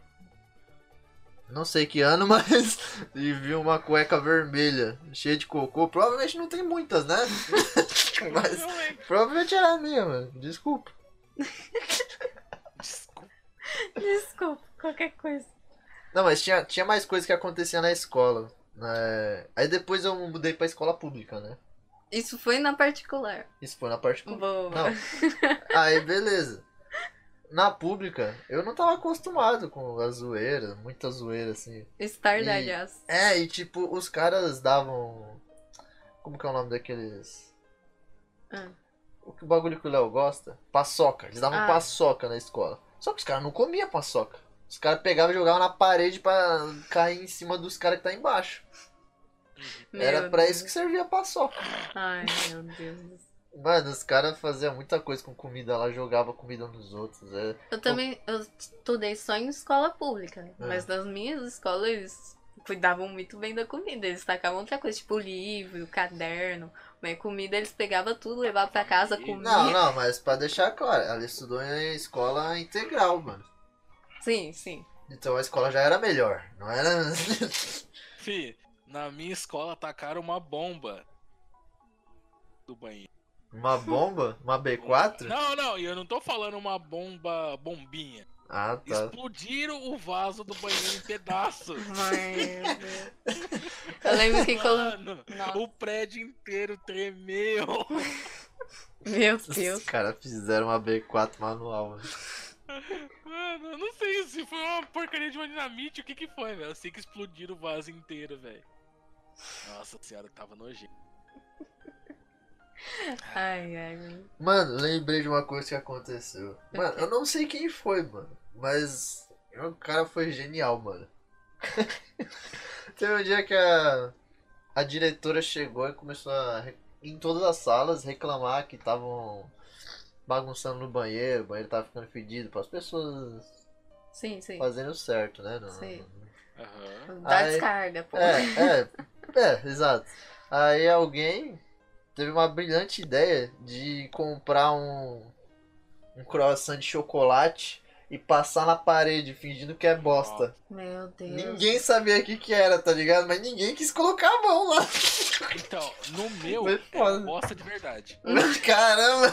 [SPEAKER 1] Não sei que ano, mas. E vi uma cueca vermelha, cheia de cocô. Provavelmente não tem muitas, né? mas
[SPEAKER 3] Não é.
[SPEAKER 1] provavelmente era a minha, mano. Desculpa.
[SPEAKER 3] Desculpa.
[SPEAKER 2] Desculpa, qualquer coisa.
[SPEAKER 1] Não, mas tinha, tinha mais coisa que acontecia na escola. né? Aí depois eu mudei pra escola pública, né?
[SPEAKER 2] Isso foi na particular.
[SPEAKER 1] Isso foi na parte.
[SPEAKER 2] Boa.
[SPEAKER 1] Não. Aí, beleza. Na pública, eu não tava acostumado com a zoeira, muita zoeira, assim.
[SPEAKER 2] Estardalhaço.
[SPEAKER 1] É, e tipo, os caras davam. Como que é o nome daqueles.
[SPEAKER 2] Ah.
[SPEAKER 1] O que o bagulho que o Léo gosta? Paçoca. Eles davam
[SPEAKER 2] Ah.
[SPEAKER 1] paçoca na escola. Só que os caras não comiam paçoca. Os caras pegavam e jogavam na parede pra cair em cima dos caras que tá embaixo.
[SPEAKER 2] Meu
[SPEAKER 1] Era pra
[SPEAKER 2] Deus.
[SPEAKER 1] isso que servia a paçoca.
[SPEAKER 2] Ai, meu Deus. do céu.
[SPEAKER 1] Mano, os caras faziam muita coisa com comida lá, jogava comida nos outros. É.
[SPEAKER 2] Eu também eu estudei só em escola pública.
[SPEAKER 1] É.
[SPEAKER 2] Mas nas minhas escolas eles cuidavam muito bem da comida. Eles tacavam outra coisa, tipo livro, caderno. Mas comida eles pegavam tudo, levavam pra casa,
[SPEAKER 3] Não,
[SPEAKER 2] comiam.
[SPEAKER 1] Não, não, mas pra deixar claro, ela estudou em escola integral, mano.
[SPEAKER 2] Sim, sim.
[SPEAKER 1] Então a escola já era melhor, não era.
[SPEAKER 3] Fih, na minha escola tacaram uma bomba do banheiro.
[SPEAKER 1] Uma bomba? Uma B4?
[SPEAKER 3] Não, não, e eu não tô falando uma bomba bombinha.
[SPEAKER 1] Ah, tá.
[SPEAKER 3] Explodiram o vaso do banheiro em pedaços.
[SPEAKER 2] Mas... Eu lembro que quando.
[SPEAKER 3] Mano,
[SPEAKER 2] Nossa.
[SPEAKER 3] o prédio inteiro tremeu.
[SPEAKER 2] Meu
[SPEAKER 1] Os
[SPEAKER 2] Deus.
[SPEAKER 1] caras fizeram uma B4 manual, mano.
[SPEAKER 3] Mano, eu não sei se foi uma porcaria de uma dinamite, o que que foi, velho? Eu sei que explodiram o vaso inteiro, velho. Nossa senhora, tava nojento.
[SPEAKER 2] Ai, ai, meu.
[SPEAKER 1] Mano, lembrei de uma coisa que aconteceu.
[SPEAKER 2] É
[SPEAKER 1] Mano, eu não sei quem foi, mano. Mas o cara foi genial, mano. Teve um dia que a, a diretora chegou e começou a, re- em todas as salas, reclamar que estavam bagunçando no banheiro, o banheiro tava ficando fedido, para as pessoas
[SPEAKER 2] Sim, sim.
[SPEAKER 1] fazendo certo, né? No,
[SPEAKER 2] Sim.
[SPEAKER 3] Aham.
[SPEAKER 2] Dá
[SPEAKER 1] Ai.
[SPEAKER 2] descarga, pô.
[SPEAKER 1] É, é, é, exato. Aí alguém teve uma brilhante ideia de comprar um, um croissant de chocolate e passar na parede fingindo que é bosta.
[SPEAKER 2] Meu Deus.
[SPEAKER 1] Ninguém sabia o que, que era, tá ligado? Mas ninguém quis colocar a mão lá.
[SPEAKER 3] Então, no meu,
[SPEAKER 1] Foi
[SPEAKER 3] é
[SPEAKER 1] foda.
[SPEAKER 3] bosta de verdade.
[SPEAKER 1] Caramba!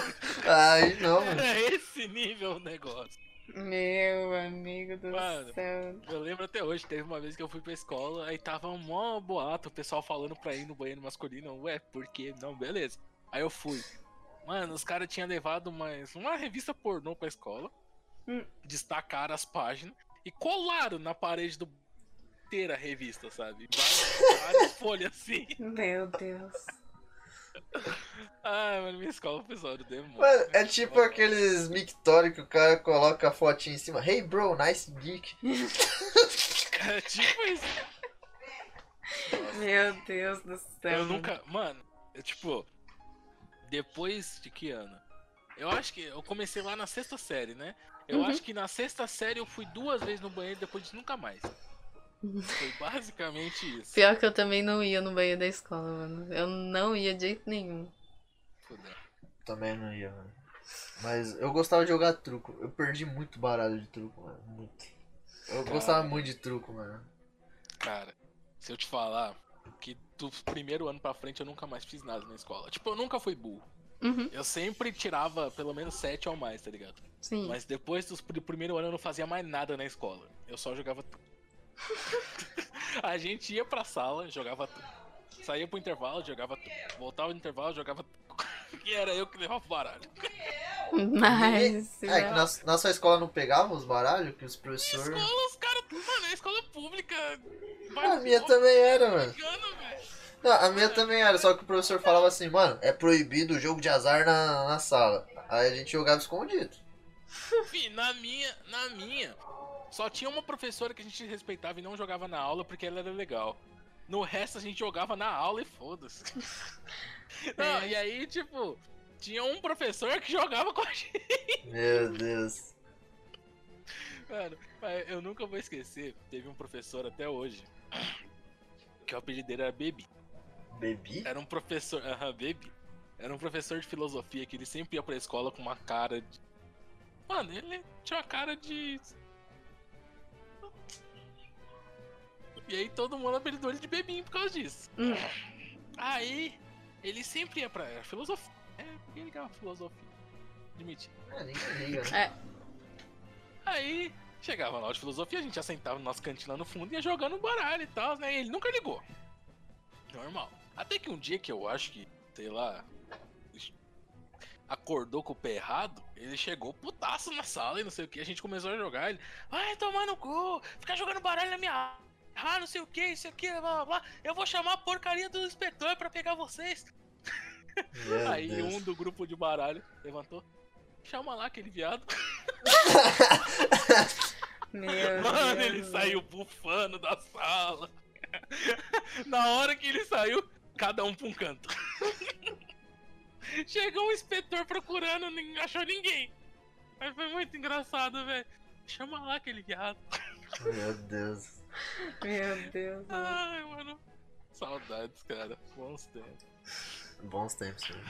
[SPEAKER 1] Aí não, mano.
[SPEAKER 3] Era esse nível o negócio.
[SPEAKER 2] Meu amigo do
[SPEAKER 3] Mano.
[SPEAKER 2] céu.
[SPEAKER 3] Eu lembro até hoje, teve uma vez que eu fui pra escola, aí tava um mó boato, o pessoal falando pra ir no banheiro masculino, ué, por quê? Não, beleza. Aí eu fui. Mano, os caras tinham levado mais uma revista pornô pra escola,
[SPEAKER 2] Hum.
[SPEAKER 3] destacaram as páginas e colaram na parede do inteira a revista, sabe? Várias, várias folhas assim.
[SPEAKER 2] Meu Deus.
[SPEAKER 3] Ai, Ah, mano, minha escola, pessoal, do demônio.
[SPEAKER 1] Mano, é tipo aqueles mictório que o cara coloca a fotinha em cima. Hey bro, nice geek.
[SPEAKER 3] É tipo isso.
[SPEAKER 2] Meu Deus do céu.
[SPEAKER 3] Eu nunca. Mano, eu, tipo. Depois de que ano? Eu acho que. Eu comecei lá na sexta série, né? Eu
[SPEAKER 2] Uhum.
[SPEAKER 3] acho que na sexta série eu fui duas vezes no banheiro depois disso nunca mais.
[SPEAKER 2] Uhum.
[SPEAKER 3] Foi basicamente isso.
[SPEAKER 2] Pior que eu também não ia no banheiro da escola, mano. Eu não ia de jeito nenhum.
[SPEAKER 3] Fudeu.
[SPEAKER 1] Também não ia, mano. Mas eu gostava de jogar truco. Eu perdi muito baralho de truco, mano. Muito. Eu gostava muito de truco, mano.
[SPEAKER 3] Cara, se eu te falar que do primeiro ano pra frente eu nunca mais fiz nada na escola. Tipo, eu nunca fui burro.
[SPEAKER 2] Uhum,
[SPEAKER 3] Eu sempre tirava pelo menos sete ou mais, tá ligado?
[SPEAKER 2] sim.
[SPEAKER 3] Mas depois dos- do primeiro ano eu não fazia mais nada na escola. Eu só jogava truco. a gente ia pra sala, jogava truco. Saía pro intervalo, jogava truco. Voltava no intervalo, jogava truco. E era eu que levava o baralho.
[SPEAKER 2] Mas.
[SPEAKER 1] É, que na, na sua escola não pegava os baralhos que os professores.
[SPEAKER 3] Escola, os caras. Mano, é escola pública. Vai
[SPEAKER 1] A
[SPEAKER 3] no
[SPEAKER 1] minha
[SPEAKER 3] povo,
[SPEAKER 1] também era, mano.
[SPEAKER 3] engana, velho.
[SPEAKER 1] Não, a minha também era, só que o professor falava assim, mano, é proibido o jogo de azar na, na sala. Aí a gente jogava escondido.
[SPEAKER 3] Fih, na minha, na minha, só tinha uma professora que a gente respeitava e não jogava na aula porque ela era legal. No resto a gente jogava na aula e foda-se. Não,
[SPEAKER 2] É.
[SPEAKER 3] e aí, tipo, tinha um professor que jogava com a gente.
[SPEAKER 1] Meu Deus.
[SPEAKER 3] Mano, mas eu nunca vou esquecer, teve um professor até hoje, que o apelido dele era Baby.
[SPEAKER 1] Bebi?
[SPEAKER 3] Era um professor. Aham, baby. Era um professor de filosofia que ele sempre ia pra escola com uma cara de. Mano, ele tinha uma cara de. E aí todo mundo apelidou ele de bebinho por causa disso.
[SPEAKER 2] Hum.
[SPEAKER 3] Aí, ele sempre ia pra. Era filosofia. É, por que ele ligava filosofia? Admite.
[SPEAKER 1] Ah, ninguém liga, né?
[SPEAKER 3] Aí, chegava na aula de filosofia, a gente já sentava no nosso cantinho lá no fundo e ia jogando um baralho e tal, né? E ele nunca ligou. Normal. Até que um dia que eu acho que, sei lá, acordou com o pé errado, ele chegou putaço na sala e não sei o que, a gente começou a jogar, ele, vai tomar no cu, ficar jogando baralho na minha a- ah, não sei o que, isso aqui, blá blá blá, eu vou chamar a porcaria do inspetor pra pegar vocês.
[SPEAKER 1] Meu
[SPEAKER 3] Aí
[SPEAKER 1] Deus.
[SPEAKER 3] um do grupo de baralho levantou, chama lá aquele viado.
[SPEAKER 2] Meu
[SPEAKER 3] Mano,
[SPEAKER 2] Deus.
[SPEAKER 3] ele saiu bufando da sala. Na hora que ele saiu, cada um pra um canto. Chegou um inspetor procurando, não achou ninguém. Mas foi muito engraçado, velho. Chama lá aquele viado.
[SPEAKER 1] Meu Deus.
[SPEAKER 2] Meu
[SPEAKER 3] É.
[SPEAKER 2] Deus. mano.
[SPEAKER 3] Ai, mano. Saudades, cara. Bons tempos.
[SPEAKER 1] Bons tempos, mano.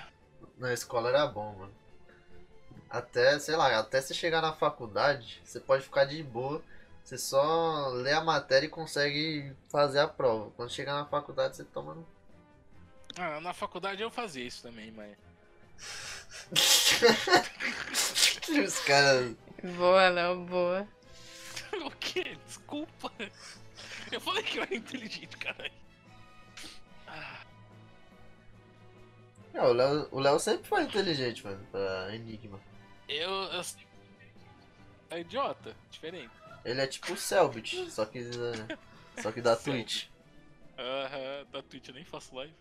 [SPEAKER 1] Na escola era bom, mano. Até, sei lá, até você chegar na faculdade, você pode ficar de boa. Você só lê a matéria e consegue fazer a prova. Quando chegar na faculdade, você toma no.
[SPEAKER 3] Ah, na faculdade eu fazia isso também, mas.
[SPEAKER 1] Os caras.
[SPEAKER 2] Boa, Léo, boa.
[SPEAKER 3] o quê? Desculpa. Eu falei que eu era inteligente, caralho.
[SPEAKER 1] É, o Léo- o Léo sempre foi inteligente, mano, pra Enigma.
[SPEAKER 3] Eu. eu... É idiota, diferente.
[SPEAKER 1] Ele é tipo o Selbit, só que. da- Só que da Twitch.
[SPEAKER 3] Aham, da Twitch eu nem faço live.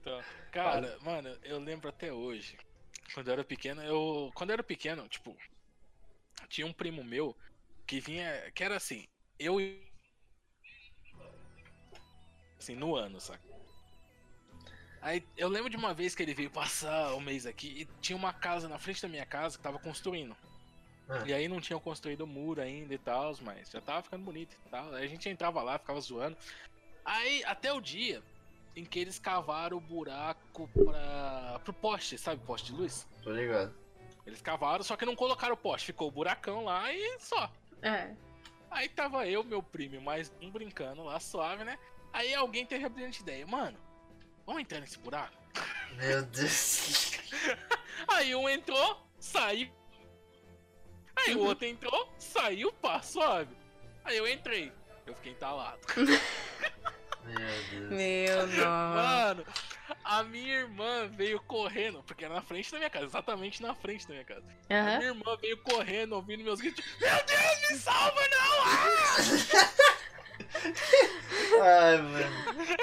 [SPEAKER 3] Então, cara, mano, eu lembro até hoje. Quando eu era pequeno, eu. Quando eu era pequeno, tipo, tinha um primo meu que vinha. que era assim, eu e. Assim, no ano, saca? Aí eu lembro de uma vez que ele veio passar o mês aqui e tinha uma casa na frente da minha casa que tava construindo.
[SPEAKER 1] Ah.
[SPEAKER 3] E aí não tinham construído o muro ainda e tal, mas já tava ficando bonito e tal. Aí a gente entrava lá, ficava zoando. Aí até o dia em que eles cavaram o buraco pra... pro poste, sabe? Poste de luz.
[SPEAKER 1] Tô ligado.
[SPEAKER 3] Eles cavaram, só que não colocaram o poste, ficou o buracão lá e só.
[SPEAKER 2] É.
[SPEAKER 3] Aí tava eu, meu primo, e mais um brincando lá, suave, né? Aí alguém teve a brilhante ideia, mano, vamos entrar nesse buraco?
[SPEAKER 1] Meu Deus.
[SPEAKER 3] Aí um entrou, saiu. Aí o outro entrou, saiu, pá, suave. Aí eu entrei, eu fiquei entalado.
[SPEAKER 1] Meu Deus.
[SPEAKER 2] Meu nome.
[SPEAKER 3] Mano, a minha irmã veio correndo, porque era na frente da minha casa, exatamente na frente da minha casa. A
[SPEAKER 2] Aham.
[SPEAKER 3] minha irmã veio correndo, ouvindo meus gritos. Meu Deus, me salva, não!
[SPEAKER 1] Ai, mano.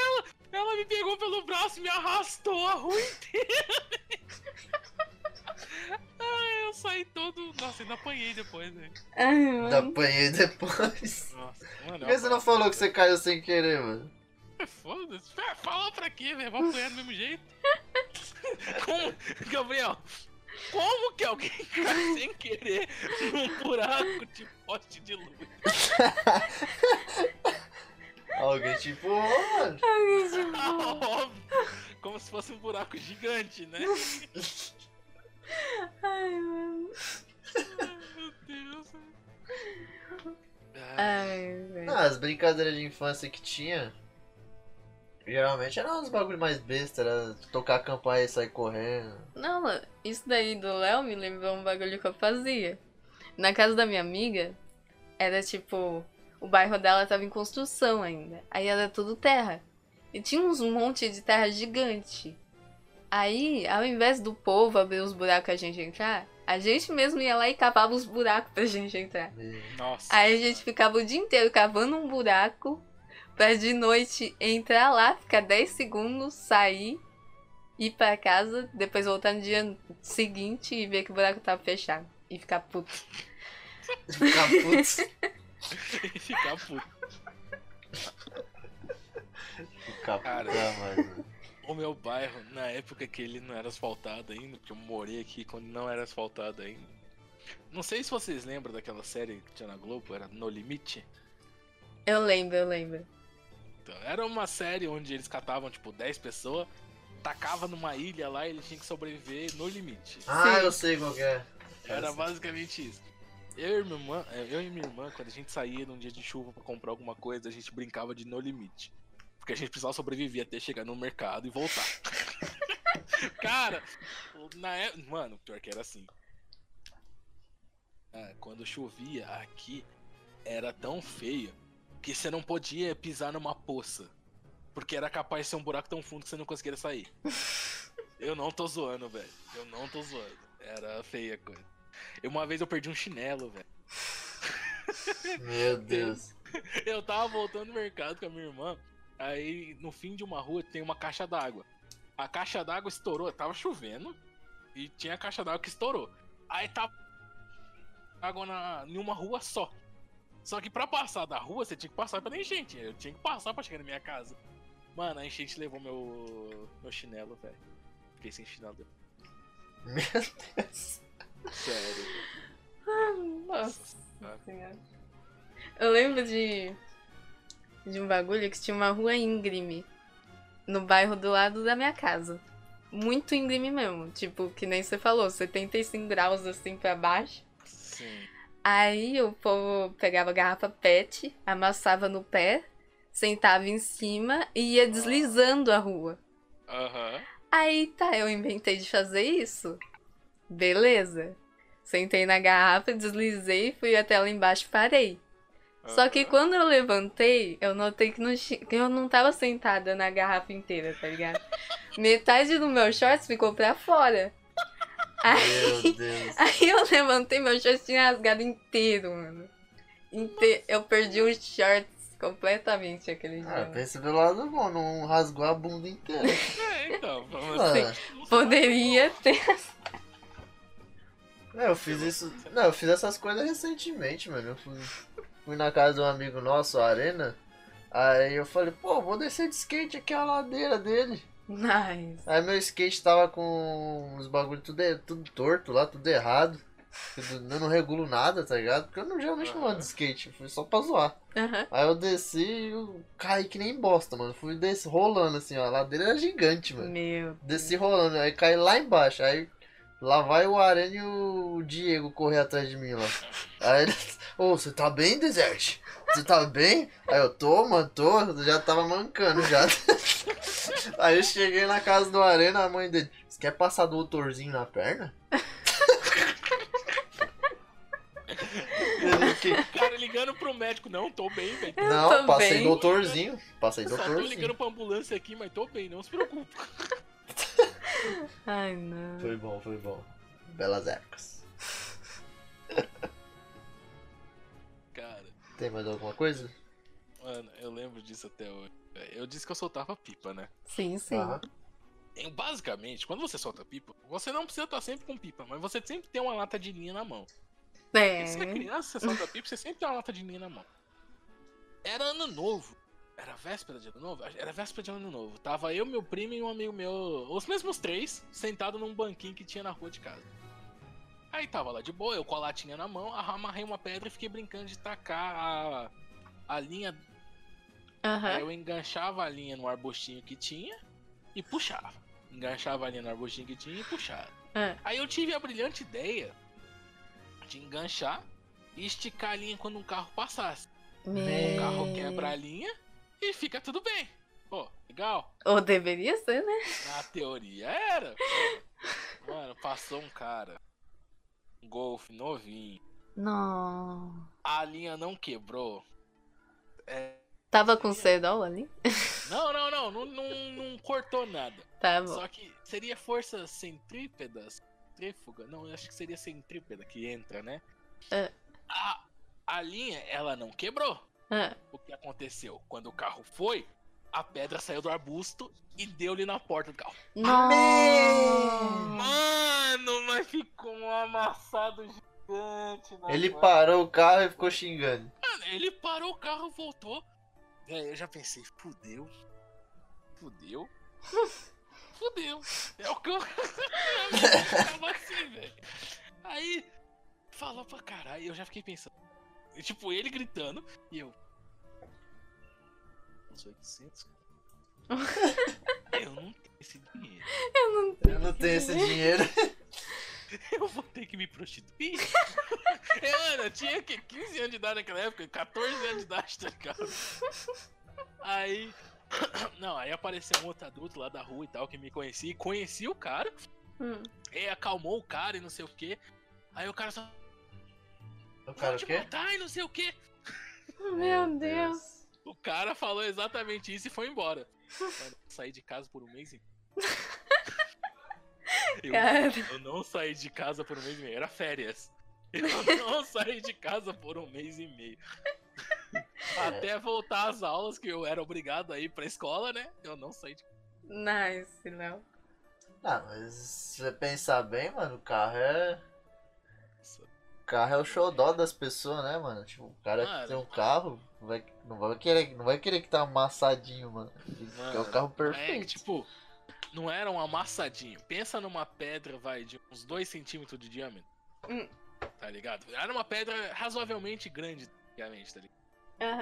[SPEAKER 3] Ela me pegou pelo braço e me arrastou a rua inteira. Ai, eu saí todo. Nossa, ainda apanhei depois, né?
[SPEAKER 2] Ai,
[SPEAKER 1] Ainda
[SPEAKER 2] mano.
[SPEAKER 1] apanhei depois.
[SPEAKER 3] Nossa, mano.
[SPEAKER 1] Por que você não falou que você caiu sem querer, mano?
[SPEAKER 3] Foda-se. É, Fala pra quê, velho? Vou apanhar do mesmo jeito. Como, Gabriel, como que alguém cai sem querer num buraco de poste de luz?
[SPEAKER 1] Alguém te empurrou, mano.
[SPEAKER 2] Ai, gente,
[SPEAKER 3] Ah,
[SPEAKER 2] boa.
[SPEAKER 3] óbvio. Como se fosse um buraco gigante, né?
[SPEAKER 2] Ai, mano.
[SPEAKER 3] Ai, Meu Deus. Ah,
[SPEAKER 2] Ai, velho.
[SPEAKER 1] Ah, as brincadeiras de infância que tinha. Geralmente eram uns bagulho mais besta, era tocar a campainha e sair correndo.
[SPEAKER 2] Não, mano, isso daí do Léo me lembrou um bagulho que eu fazia. Na casa da minha amiga, era tipo. O bairro dela tava em construção ainda. Aí era tudo terra. E tinha uns monte de terra gigante. Aí, ao invés do povo abrir os buracos e a gente entrar, a gente mesmo ia lá e cavava os buracos pra gente entrar.
[SPEAKER 1] E-
[SPEAKER 3] nossa.
[SPEAKER 2] Aí a gente ficava o dia inteiro cavando um buraco pra de noite entrar lá, ficar 10 segundos, sair ir pra casa, depois voltar no dia seguinte e ver que o buraco tava fechado. E ficar puto.
[SPEAKER 1] Ficar puto.
[SPEAKER 3] e ficar puto.
[SPEAKER 1] Ficar
[SPEAKER 3] Cara.
[SPEAKER 1] puto, ah, mano.
[SPEAKER 3] O meu bairro, na época que ele não era asfaltado ainda, porque eu morei aqui quando não era asfaltado ainda. Não sei se vocês lembram daquela série que tinha na Globo, era No Limite.
[SPEAKER 2] Eu lembro, eu lembro.
[SPEAKER 3] Então, era uma série onde eles catavam, tipo, 10 pessoas, tacava numa ilha lá e ele tinha que sobreviver no limite.
[SPEAKER 1] Ah,
[SPEAKER 2] Sim.
[SPEAKER 1] eu sei qual que é.
[SPEAKER 3] Era basicamente isso. Eu e, minha irmã, é, eu e minha irmã, quando a gente saía num dia de chuva pra comprar alguma coisa, a gente brincava de no limite. Porque a gente precisava sobreviver até chegar no mercado e voltar. Cara, na época. Mano, pior que era assim. Ah, Quando chovia aqui, era tão feio que você não podia pisar numa poça. Porque era capaz de ser um buraco tão fundo que você não conseguia sair. Eu não tô zoando, velho. Eu não tô zoando. Era feia a coisa. E Uma vez eu perdi um chinelo, velho.
[SPEAKER 1] Meu Deus.
[SPEAKER 3] Eu tava voltando no mercado com a minha irmã. Aí no fim de uma rua tem uma caixa d'água. A caixa d'água estourou, tava chovendo. E tinha a caixa d'água que estourou. Aí tava água na, em uma rua só. Só que pra passar da rua, você tinha que passar pela enchente. Eu tinha que passar pra chegar na minha casa. Mano, a enchente levou meu, meu chinelo, velho. Fiquei sem chinelo. depois.
[SPEAKER 1] Meu Deus.
[SPEAKER 3] Sério.
[SPEAKER 2] Nossa senhora. Eu lembro de. De um bagulho que tinha uma rua íngreme. No bairro do lado da minha casa. Muito íngreme mesmo. Tipo, que nem você falou, 75 graus assim pra baixo.
[SPEAKER 3] Sim.
[SPEAKER 2] Aí o povo pegava a garrafa PET, amassava no pé, sentava em cima e ia deslizando a rua.
[SPEAKER 3] Aham.
[SPEAKER 2] Aí tá, eu inventei de fazer isso. Beleza. Sentei na garrafa, deslizei, fui até lá embaixo e parei. Só que
[SPEAKER 3] aham.
[SPEAKER 2] quando eu levantei, eu notei que, não chi- que eu não tava sentada na garrafa inteira, tá ligado? Metade do meu shorts ficou pra fora.
[SPEAKER 1] Meu Deus.
[SPEAKER 2] Aí eu levantei, meu shorts tinha rasgado inteiro, mano. Inte- Eu perdi os shorts completamente aquele dia.
[SPEAKER 1] Ah,
[SPEAKER 2] mano.
[SPEAKER 1] pensa pelo lado bom, não rasgou a bunda inteira.
[SPEAKER 3] É, então, vamos
[SPEAKER 1] Ah,
[SPEAKER 2] Poderia ter.
[SPEAKER 1] não, eu fiz isso. Não, eu fiz essas coisas recentemente, mano. Eu fui, fui na casa de um amigo nosso, a Arena. Aí eu falei, pô, vou descer de skate aqui a ladeira dele.
[SPEAKER 2] Nice.
[SPEAKER 1] Aí meu skate tava com uns bagulho tudo, e- tudo torto lá, tudo errado. Tudo- Eu não regulo nada, tá ligado? Porque eu não, geralmente não ando de skate, eu fui só pra zoar.
[SPEAKER 2] Aham.
[SPEAKER 1] Aí eu desci e eu caí que nem bosta, mano. Fui des rolando assim, ó. A ladeira era gigante, mano.
[SPEAKER 2] Meu.
[SPEAKER 1] Desci rolando, aí caí lá embaixo. Aí lá vai o Arena e o Diego correr atrás de mim lá. Aí ele, ô, você tá bem, Desert? Você tá bem? Aí eu tô, mano, tô, já tava mancando já. Aí eu cheguei na casa do Arena, a mãe dele, você quer passar doutorzinho na perna? Ele, "Que-
[SPEAKER 3] Cara, ligando pro médico, não, tô bem, velho.
[SPEAKER 1] Não,
[SPEAKER 2] tô
[SPEAKER 1] passei
[SPEAKER 2] bem."
[SPEAKER 1] doutorzinho. Passei
[SPEAKER 3] Só tô
[SPEAKER 1] doutorzinho.
[SPEAKER 3] ligando pra ambulância aqui, mas tô bem, não se preocupe.
[SPEAKER 2] Ai, não.
[SPEAKER 1] Foi bom, foi bom. Belas épocas.
[SPEAKER 3] Cara,
[SPEAKER 1] Tem mais alguma coisa?
[SPEAKER 3] mano, eu lembro disso até hoje. velho. Eu disse que eu soltava pipa, né?
[SPEAKER 2] Sim, sim.
[SPEAKER 1] Aham.
[SPEAKER 3] E, Basicamente, quando você solta pipa, você não precisa estar sempre com pipa, mas você sempre tem uma lata de linha na mão.
[SPEAKER 2] É.
[SPEAKER 3] Porque se é criança, você solta pipa, você sempre tem uma lata de linha na mão. Era ano novo. Era véspera de ano novo? Era véspera de ano novo. Tava eu, meu primo e um amigo meu, os mesmos três, sentado num banquinho que tinha na rua de casa. Aí tava lá de boa, eu com a latinha na mão, amarrei uma pedra e fiquei brincando de tacar a, a linha.
[SPEAKER 2] Aham.
[SPEAKER 3] Aí eu enganchava a linha no arbustinho que tinha e puxava. Enganchava a linha no arbustinho que tinha e puxava.
[SPEAKER 2] Ah.
[SPEAKER 3] Aí eu tive a brilhante ideia de enganchar e esticar a linha quando um carro passasse. O
[SPEAKER 1] Ei.
[SPEAKER 3] um
[SPEAKER 2] É.
[SPEAKER 3] carro quebra a linha e fica tudo bem. Pô, legal.
[SPEAKER 2] Ou deveria ser, né?
[SPEAKER 3] Na teoria era. pô. Mano, passou um cara. Um Golf novinho.
[SPEAKER 2] Não.
[SPEAKER 3] A linha não quebrou. É,
[SPEAKER 2] Tava com cedol ali?
[SPEAKER 3] Não, não, não, não, não, não cortou nada.
[SPEAKER 2] Tá bom.
[SPEAKER 3] Só que seria força centrípeda? Centrífuga? Não, eu acho que seria centrípeda que entra, né?
[SPEAKER 2] É.
[SPEAKER 3] A, a linha, ela não quebrou.
[SPEAKER 2] Ah,
[SPEAKER 3] O que aconteceu? Quando o carro foi, a pedra saiu do arbusto e deu-lhe na porta do carro.
[SPEAKER 1] Amém!
[SPEAKER 2] Nossa.
[SPEAKER 3] Mano, mas ficou um amassado gigante. né, na
[SPEAKER 1] Ele
[SPEAKER 3] porta.
[SPEAKER 1] parou o carro e ficou xingando.
[SPEAKER 3] Mano, ele parou o carro, voltou. Velho, É, eu já pensei, fudeu. Fudeu. Fudeu. É o que eu. Tava assim, velho. Aí, falou pra caralho, eu já fiquei pensando. E, tipo, ele gritando e eu. Uns 800. eu não tenho esse dinheiro.
[SPEAKER 2] Eu não
[SPEAKER 1] Eu não tenho esse dinheiro.
[SPEAKER 3] Eu vou ter que me prostituir. É, Mano, eu tinha que 15 anos de idade naquela época, 14 anos de idade, tá ligado? Aí. Não, aí apareceu um outro adulto lá da rua e tal que me conhecia. E conheci o cara,
[SPEAKER 2] Hum.
[SPEAKER 3] e acalmou o cara e não sei o quê. Aí o cara só.
[SPEAKER 1] O cara
[SPEAKER 3] Vou
[SPEAKER 1] o
[SPEAKER 3] te
[SPEAKER 1] quê?
[SPEAKER 3] matar e não sei o quê.
[SPEAKER 2] Meu Deus.
[SPEAKER 3] O cara falou exatamente isso e foi embora. Mano, eu saí de casa por um mês e meio. Eu
[SPEAKER 2] Cara.
[SPEAKER 3] Eu não saí de casa por um mês e meio. Era férias. Eu não saí de casa por um mês e meio. Até voltar às aulas, que eu era obrigado a ir pra escola, né? Eu não saí de casa.
[SPEAKER 2] Nice, Léo.
[SPEAKER 1] Não, Ah, mas se você pensar bem, mano, o carro é. O carro é o xodó das pessoas, né, mano? Tipo, o cara
[SPEAKER 3] Mano.
[SPEAKER 1] tem um carro, vai, não, vai querer, não vai querer que tá amassadinho, mano. É o
[SPEAKER 3] Mano,
[SPEAKER 1] carro
[SPEAKER 3] É,
[SPEAKER 1] perfeito.
[SPEAKER 3] que, tipo, não era um amassadinho. Pensa numa pedra, vai, de uns 2 centímetros de diâmetro.
[SPEAKER 2] Hum.
[SPEAKER 3] Tá ligado? Era uma pedra razoavelmente grande, antigamente, tá ligado?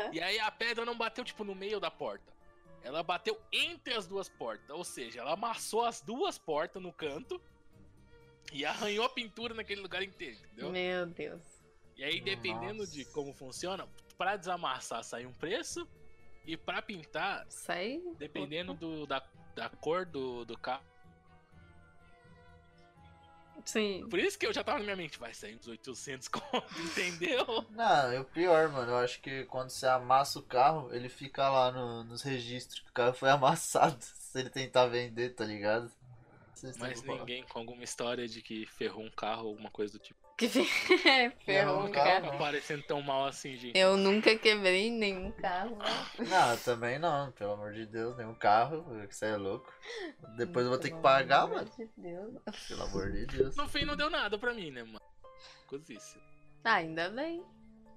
[SPEAKER 2] Aham.
[SPEAKER 3] E aí a pedra não bateu, tipo, no meio da porta. Ela bateu entre as duas portas. Ou seja, ela amassou as duas portas no canto e arranhou a pintura naquele lugar inteiro, entendeu?
[SPEAKER 2] Meu Deus.
[SPEAKER 3] E aí, dependendo
[SPEAKER 1] Nossa.
[SPEAKER 3] de como funciona, pra desamassar sai um preço. E pra pintar,
[SPEAKER 2] Isso aí.
[SPEAKER 3] dependendo do, da, da cor do, do carro.
[SPEAKER 2] Sim.
[SPEAKER 3] Por isso que eu já tava na minha mente, vai sair uns 800 conto, entendeu?
[SPEAKER 1] Não, e o pior, mano, eu acho que quando você amassa o carro, ele fica lá no- nos registros que o carro foi amassado. Se ele tentar vender, tá ligado? Vocês têm
[SPEAKER 3] Mas
[SPEAKER 1] que falar.
[SPEAKER 3] ninguém com alguma história de que ferrou um carro ou alguma coisa do tipo.
[SPEAKER 2] Que fe- ferrou um
[SPEAKER 1] Ferrou um carro.
[SPEAKER 2] carro.
[SPEAKER 3] Tá parecendo tão mal assim, gente.
[SPEAKER 2] Eu nunca quebrei nenhum carro. né?
[SPEAKER 1] Não, eu também não, pelo amor de Deus, nenhum carro, você é louco. Depois eu vou ter que
[SPEAKER 2] Pelo
[SPEAKER 1] pagar,
[SPEAKER 2] amor
[SPEAKER 1] mano.
[SPEAKER 2] de Deus.
[SPEAKER 1] Pelo amor de Deus.
[SPEAKER 3] No fim não deu nada pra mim, né, mano? Cozice.
[SPEAKER 2] Ah, ainda bem.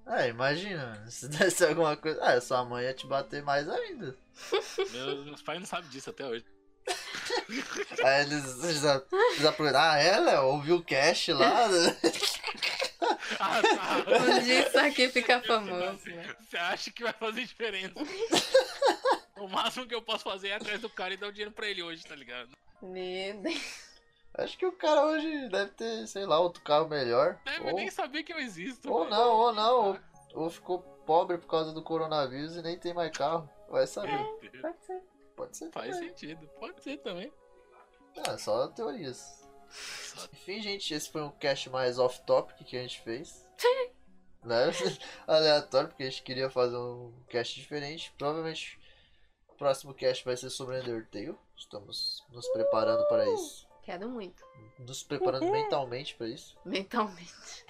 [SPEAKER 1] Ah, imagina, mano, se desse alguma coisa. Ah, sua mãe ia te bater mais ainda.
[SPEAKER 3] Meus, meus pais não sabem disso até hoje.
[SPEAKER 1] Aí eles, eles, eles aproveitaram. Ah, é, Léo, ouviu o cash lá? né?
[SPEAKER 3] Ah, tá.
[SPEAKER 2] Um dia isso aqui fica famoso, né?
[SPEAKER 3] Você acha que vai fazer diferença? O máximo que eu posso fazer é ir atrás do cara e dar o dinheiro pra ele hoje, tá ligado?
[SPEAKER 2] Meu Deus.
[SPEAKER 1] Acho que o cara hoje deve ter, sei lá, outro carro melhor.
[SPEAKER 3] Deve
[SPEAKER 1] Ou,
[SPEAKER 3] nem saber que É, eu existo.
[SPEAKER 1] ou
[SPEAKER 3] velho.
[SPEAKER 1] não, ou não. Ou, ou ficou pobre por causa do coronavírus e nem tem mais carro. Vai saber.
[SPEAKER 3] Ah, Meu Deus.
[SPEAKER 2] Pode ser.
[SPEAKER 1] Pode ser.
[SPEAKER 3] É. Faz
[SPEAKER 1] também.
[SPEAKER 3] sentido, pode ser também.
[SPEAKER 1] Ah, só teorias. Enfim, gente, esse foi um cast mais off-topic que a gente fez. né? Aleatório, porque a gente queria fazer um cast diferente. Provavelmente o próximo cast vai ser sobre Undertale. Estamos nos preparando para isso.
[SPEAKER 2] Quero muito.
[SPEAKER 1] Nos preparando mentalmente para isso.
[SPEAKER 2] Mentalmente.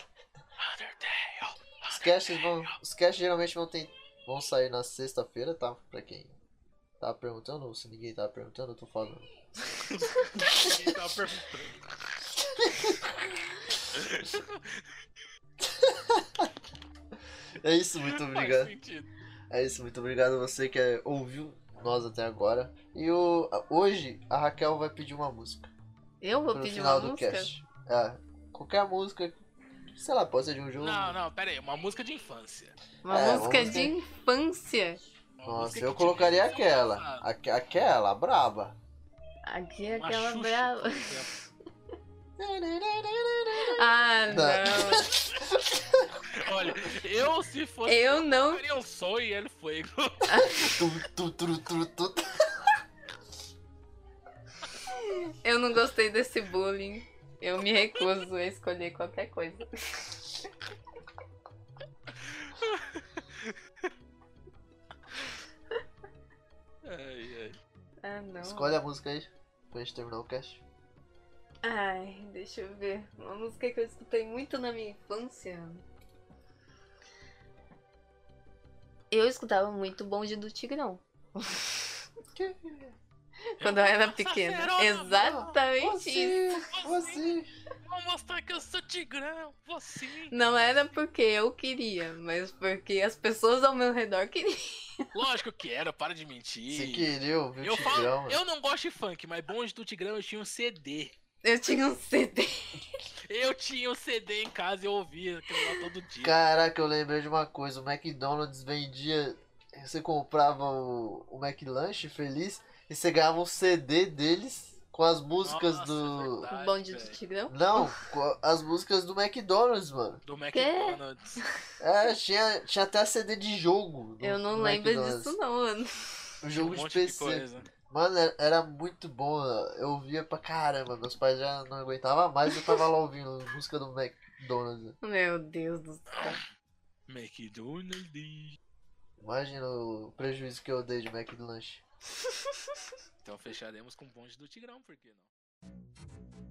[SPEAKER 3] Undertale.
[SPEAKER 1] Os casts, vão, os casts geralmente vão, ter, vão sair na sexta-feira, tá? Pra quem tá perguntando, ou se ninguém tá perguntando, eu tô falando.
[SPEAKER 3] Ninguém tava perguntando.
[SPEAKER 1] É isso, muito obrigado.
[SPEAKER 3] Faz sentido.
[SPEAKER 1] É isso, muito obrigado a você que é, ouviu nós até agora. E o, hoje a Raquel vai pedir uma música
[SPEAKER 2] Eu vou
[SPEAKER 1] pro
[SPEAKER 2] pedir
[SPEAKER 1] final
[SPEAKER 2] uma
[SPEAKER 1] do
[SPEAKER 2] música?
[SPEAKER 1] cast. É, qualquer música, sei lá, pode ser de um jogo.
[SPEAKER 3] Não, não, pera aí. Uma música de infância.
[SPEAKER 2] Uma
[SPEAKER 1] É,
[SPEAKER 2] música
[SPEAKER 1] vamos
[SPEAKER 2] de
[SPEAKER 1] ver.
[SPEAKER 2] infância.
[SPEAKER 3] Uma
[SPEAKER 1] Nossa,
[SPEAKER 3] música que
[SPEAKER 1] eu
[SPEAKER 3] te
[SPEAKER 1] colocaria
[SPEAKER 3] lembra do
[SPEAKER 1] aquela.
[SPEAKER 3] passado.
[SPEAKER 1] aque- Aquela, a braba.
[SPEAKER 2] Aqui é
[SPEAKER 3] Uma
[SPEAKER 2] aquela
[SPEAKER 3] Xuxa,
[SPEAKER 2] brava.
[SPEAKER 3] por exemplo.
[SPEAKER 2] Ah,
[SPEAKER 1] Não.
[SPEAKER 2] não.
[SPEAKER 3] Olha, eu se fosse.
[SPEAKER 2] Eu não.
[SPEAKER 3] colocaria um som e ele foi.
[SPEAKER 1] Tu, tu, tu, tu, tu, tu.
[SPEAKER 2] Eu não gostei desse bullying. Eu me recuso a escolher qualquer coisa.
[SPEAKER 3] Ai, ai.
[SPEAKER 2] Ah, não.
[SPEAKER 1] Escolhe a música aí pra gente terminar o cast.
[SPEAKER 2] Ai, deixa eu ver. Uma música que eu escutei muito na minha infância. Eu escutava muito Bonde do Tigrão. Quando eu era
[SPEAKER 3] Nossa,
[SPEAKER 2] pequena.
[SPEAKER 3] Verona,
[SPEAKER 2] Exatamente isso.
[SPEAKER 1] Você, você.
[SPEAKER 3] Vou mostrar que eu sou tigrão, vou sim.
[SPEAKER 2] Não era porque eu queria, mas porque as pessoas ao meu redor queriam.
[SPEAKER 3] Lógico que era, para de mentir.
[SPEAKER 1] Você queria ouvir o
[SPEAKER 3] Eu falo,
[SPEAKER 1] um Tigrão? né?
[SPEAKER 3] eu não gosto de funk, mas bonde do Tigrão eu tinha um CD.
[SPEAKER 2] Eu tinha um CD.
[SPEAKER 3] Eu tinha um CD em casa e eu ouvia aquilo lá todo dia.
[SPEAKER 1] Caraca, eu lembrei de uma coisa. O McDonald's vendia. Você comprava o, o McLanche feliz e você ganhava um CD deles com as músicas
[SPEAKER 3] Nossa, é
[SPEAKER 1] do.
[SPEAKER 3] verdade.
[SPEAKER 2] O
[SPEAKER 3] Ai,
[SPEAKER 2] bonde do
[SPEAKER 3] velho.
[SPEAKER 2] Tigrão.
[SPEAKER 1] Não, co- as músicas do McDonald's, mano.
[SPEAKER 3] Do McDonald's.
[SPEAKER 1] É, tinha, tinha até CD de jogo. no-
[SPEAKER 2] Eu não
[SPEAKER 1] no
[SPEAKER 2] lembro
[SPEAKER 1] McDonald's.
[SPEAKER 2] disso, não, mano.
[SPEAKER 1] Um
[SPEAKER 3] Tinha
[SPEAKER 1] jogo
[SPEAKER 3] um
[SPEAKER 1] de
[SPEAKER 3] monte de
[SPEAKER 1] PC.
[SPEAKER 3] coisa.
[SPEAKER 1] Mano, era- era muito bom. Eu via pra caramba. Meus pais já não aguentavam mais. Eu tava lá ouvindo música do McDonald's.
[SPEAKER 2] Meu Deus do céu.
[SPEAKER 3] McDonald's.
[SPEAKER 1] Imagina o prejuízo que eu dei de McLanche.
[SPEAKER 3] Então fecharemos com bonde do Tigrão, por que não?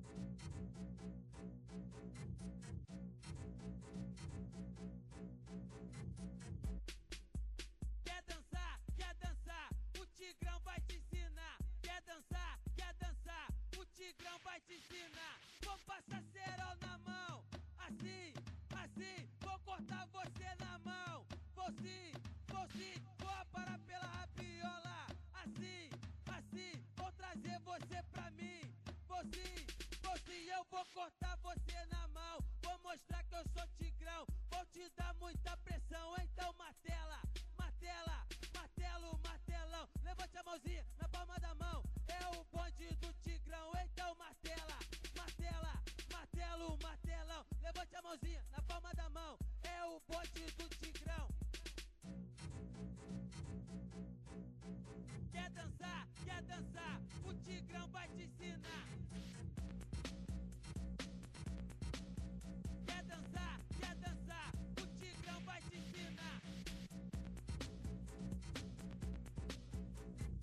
[SPEAKER 4] Quer dançar, quer dançar, o Tigrão vai te ensinar. Quer dançar, quer dançar, o Tigrão vai te ensinar. Vou passar cerol na mão, assim, assim. Vou cortar você na mão, vou sim, vou sim. Vou aparar pela rabiola, assim, assim. Vou trazer você pra mim, vou sim, vou sim. Eu vou cortar você na mão, vou mostrar que eu sou Tigrão. Vou te dar muita pressão, então martela martela, martelo, martelão. Levante a mãozinha na palma da mão. É o bonde do Tigrão, então martela, martela, martelo, martelão. Levante a mãozinha na palma da mão. É o bonde do Tigrão. Quer dançar, quer dançar, o Tigrão vai te ensinar. Quer dançar, quer dançar, o Tigrão vai te ensinar.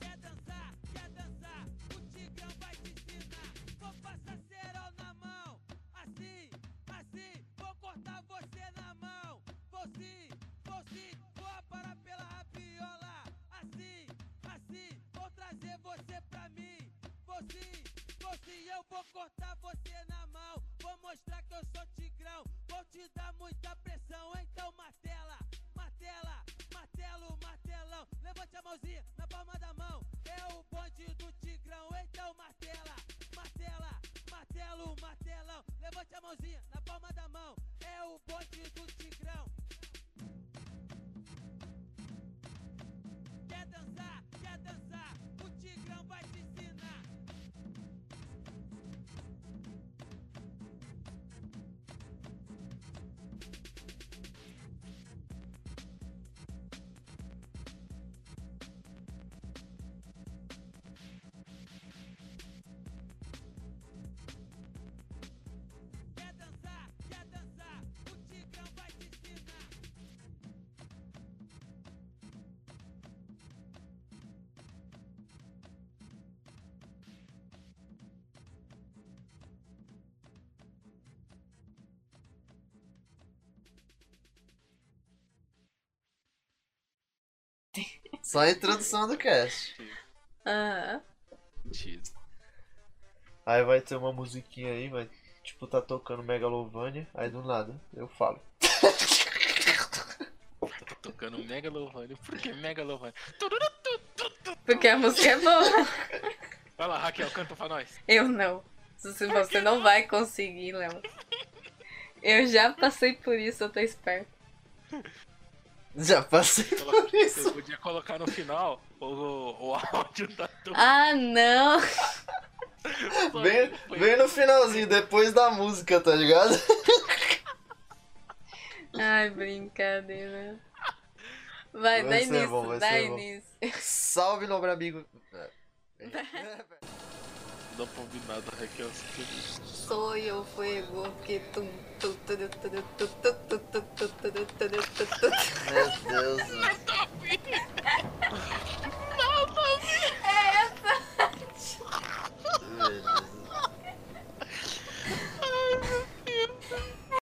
[SPEAKER 4] Quer dançar, quer dançar, o Tigrão vai te ensinar. Vou passar cerol na mão, assim, assim. Vou cortar você na mão, vou sim, vou sim. Vou aparar pela rabiola, assim, assim. Vou trazer você pra mim, vou sim, vou sim. Eu vou cortar você na mão, vou mostrar que eu sou Tigrão. Vou te dar muita pressão, então martela, martela, martelo, martelão. Levante a mãozinha na palma da mão. É o bonde do Tigrão, então martela, martela, martelo, martelão. Levante a mãozinha na palma da mão. É o bonde do Tigrão. Quer dançar, quer dançar, o Tigrão vai te ensinar. Quer dançar, quer dançar, o Tigrão vai te ensinar.
[SPEAKER 1] Só a introdução do cast.
[SPEAKER 2] Aham.
[SPEAKER 3] Tido.
[SPEAKER 1] Aí vai ter uma musiquinha aí, vai. Tipo, tá tocando Megalovania. Aí do nada, eu falo.
[SPEAKER 3] Tá tocando Megalovania. Por que Megalovania?
[SPEAKER 2] Porque a música é boa.
[SPEAKER 3] Vai lá, Raquel, canta pra nós.
[SPEAKER 2] Eu não. Se você não vai conseguir, Léo. Eu já passei por isso, eu tô esperto.
[SPEAKER 1] Já passei por isso.
[SPEAKER 3] Você podia colocar no final o, o, o áudio da tua.
[SPEAKER 2] Ah, não!
[SPEAKER 1] Bem, bem no finalzinho, depois da música, tá ligado?
[SPEAKER 2] Ai, brincadeira.
[SPEAKER 1] Vai
[SPEAKER 2] Vai, dá
[SPEAKER 1] ser
[SPEAKER 2] início,
[SPEAKER 1] bom, vai
[SPEAKER 2] dá
[SPEAKER 1] ser bom.
[SPEAKER 2] início.
[SPEAKER 1] Salve, nobre amigo.
[SPEAKER 3] Não combinado, é Raquel. você-
[SPEAKER 2] Sou eu, fuego, que tum, tum, tudu, tudu, tu, tu, tu, tu, tu, tudu, tudu, tu, tu, tu.
[SPEAKER 1] Meu Deus, mano.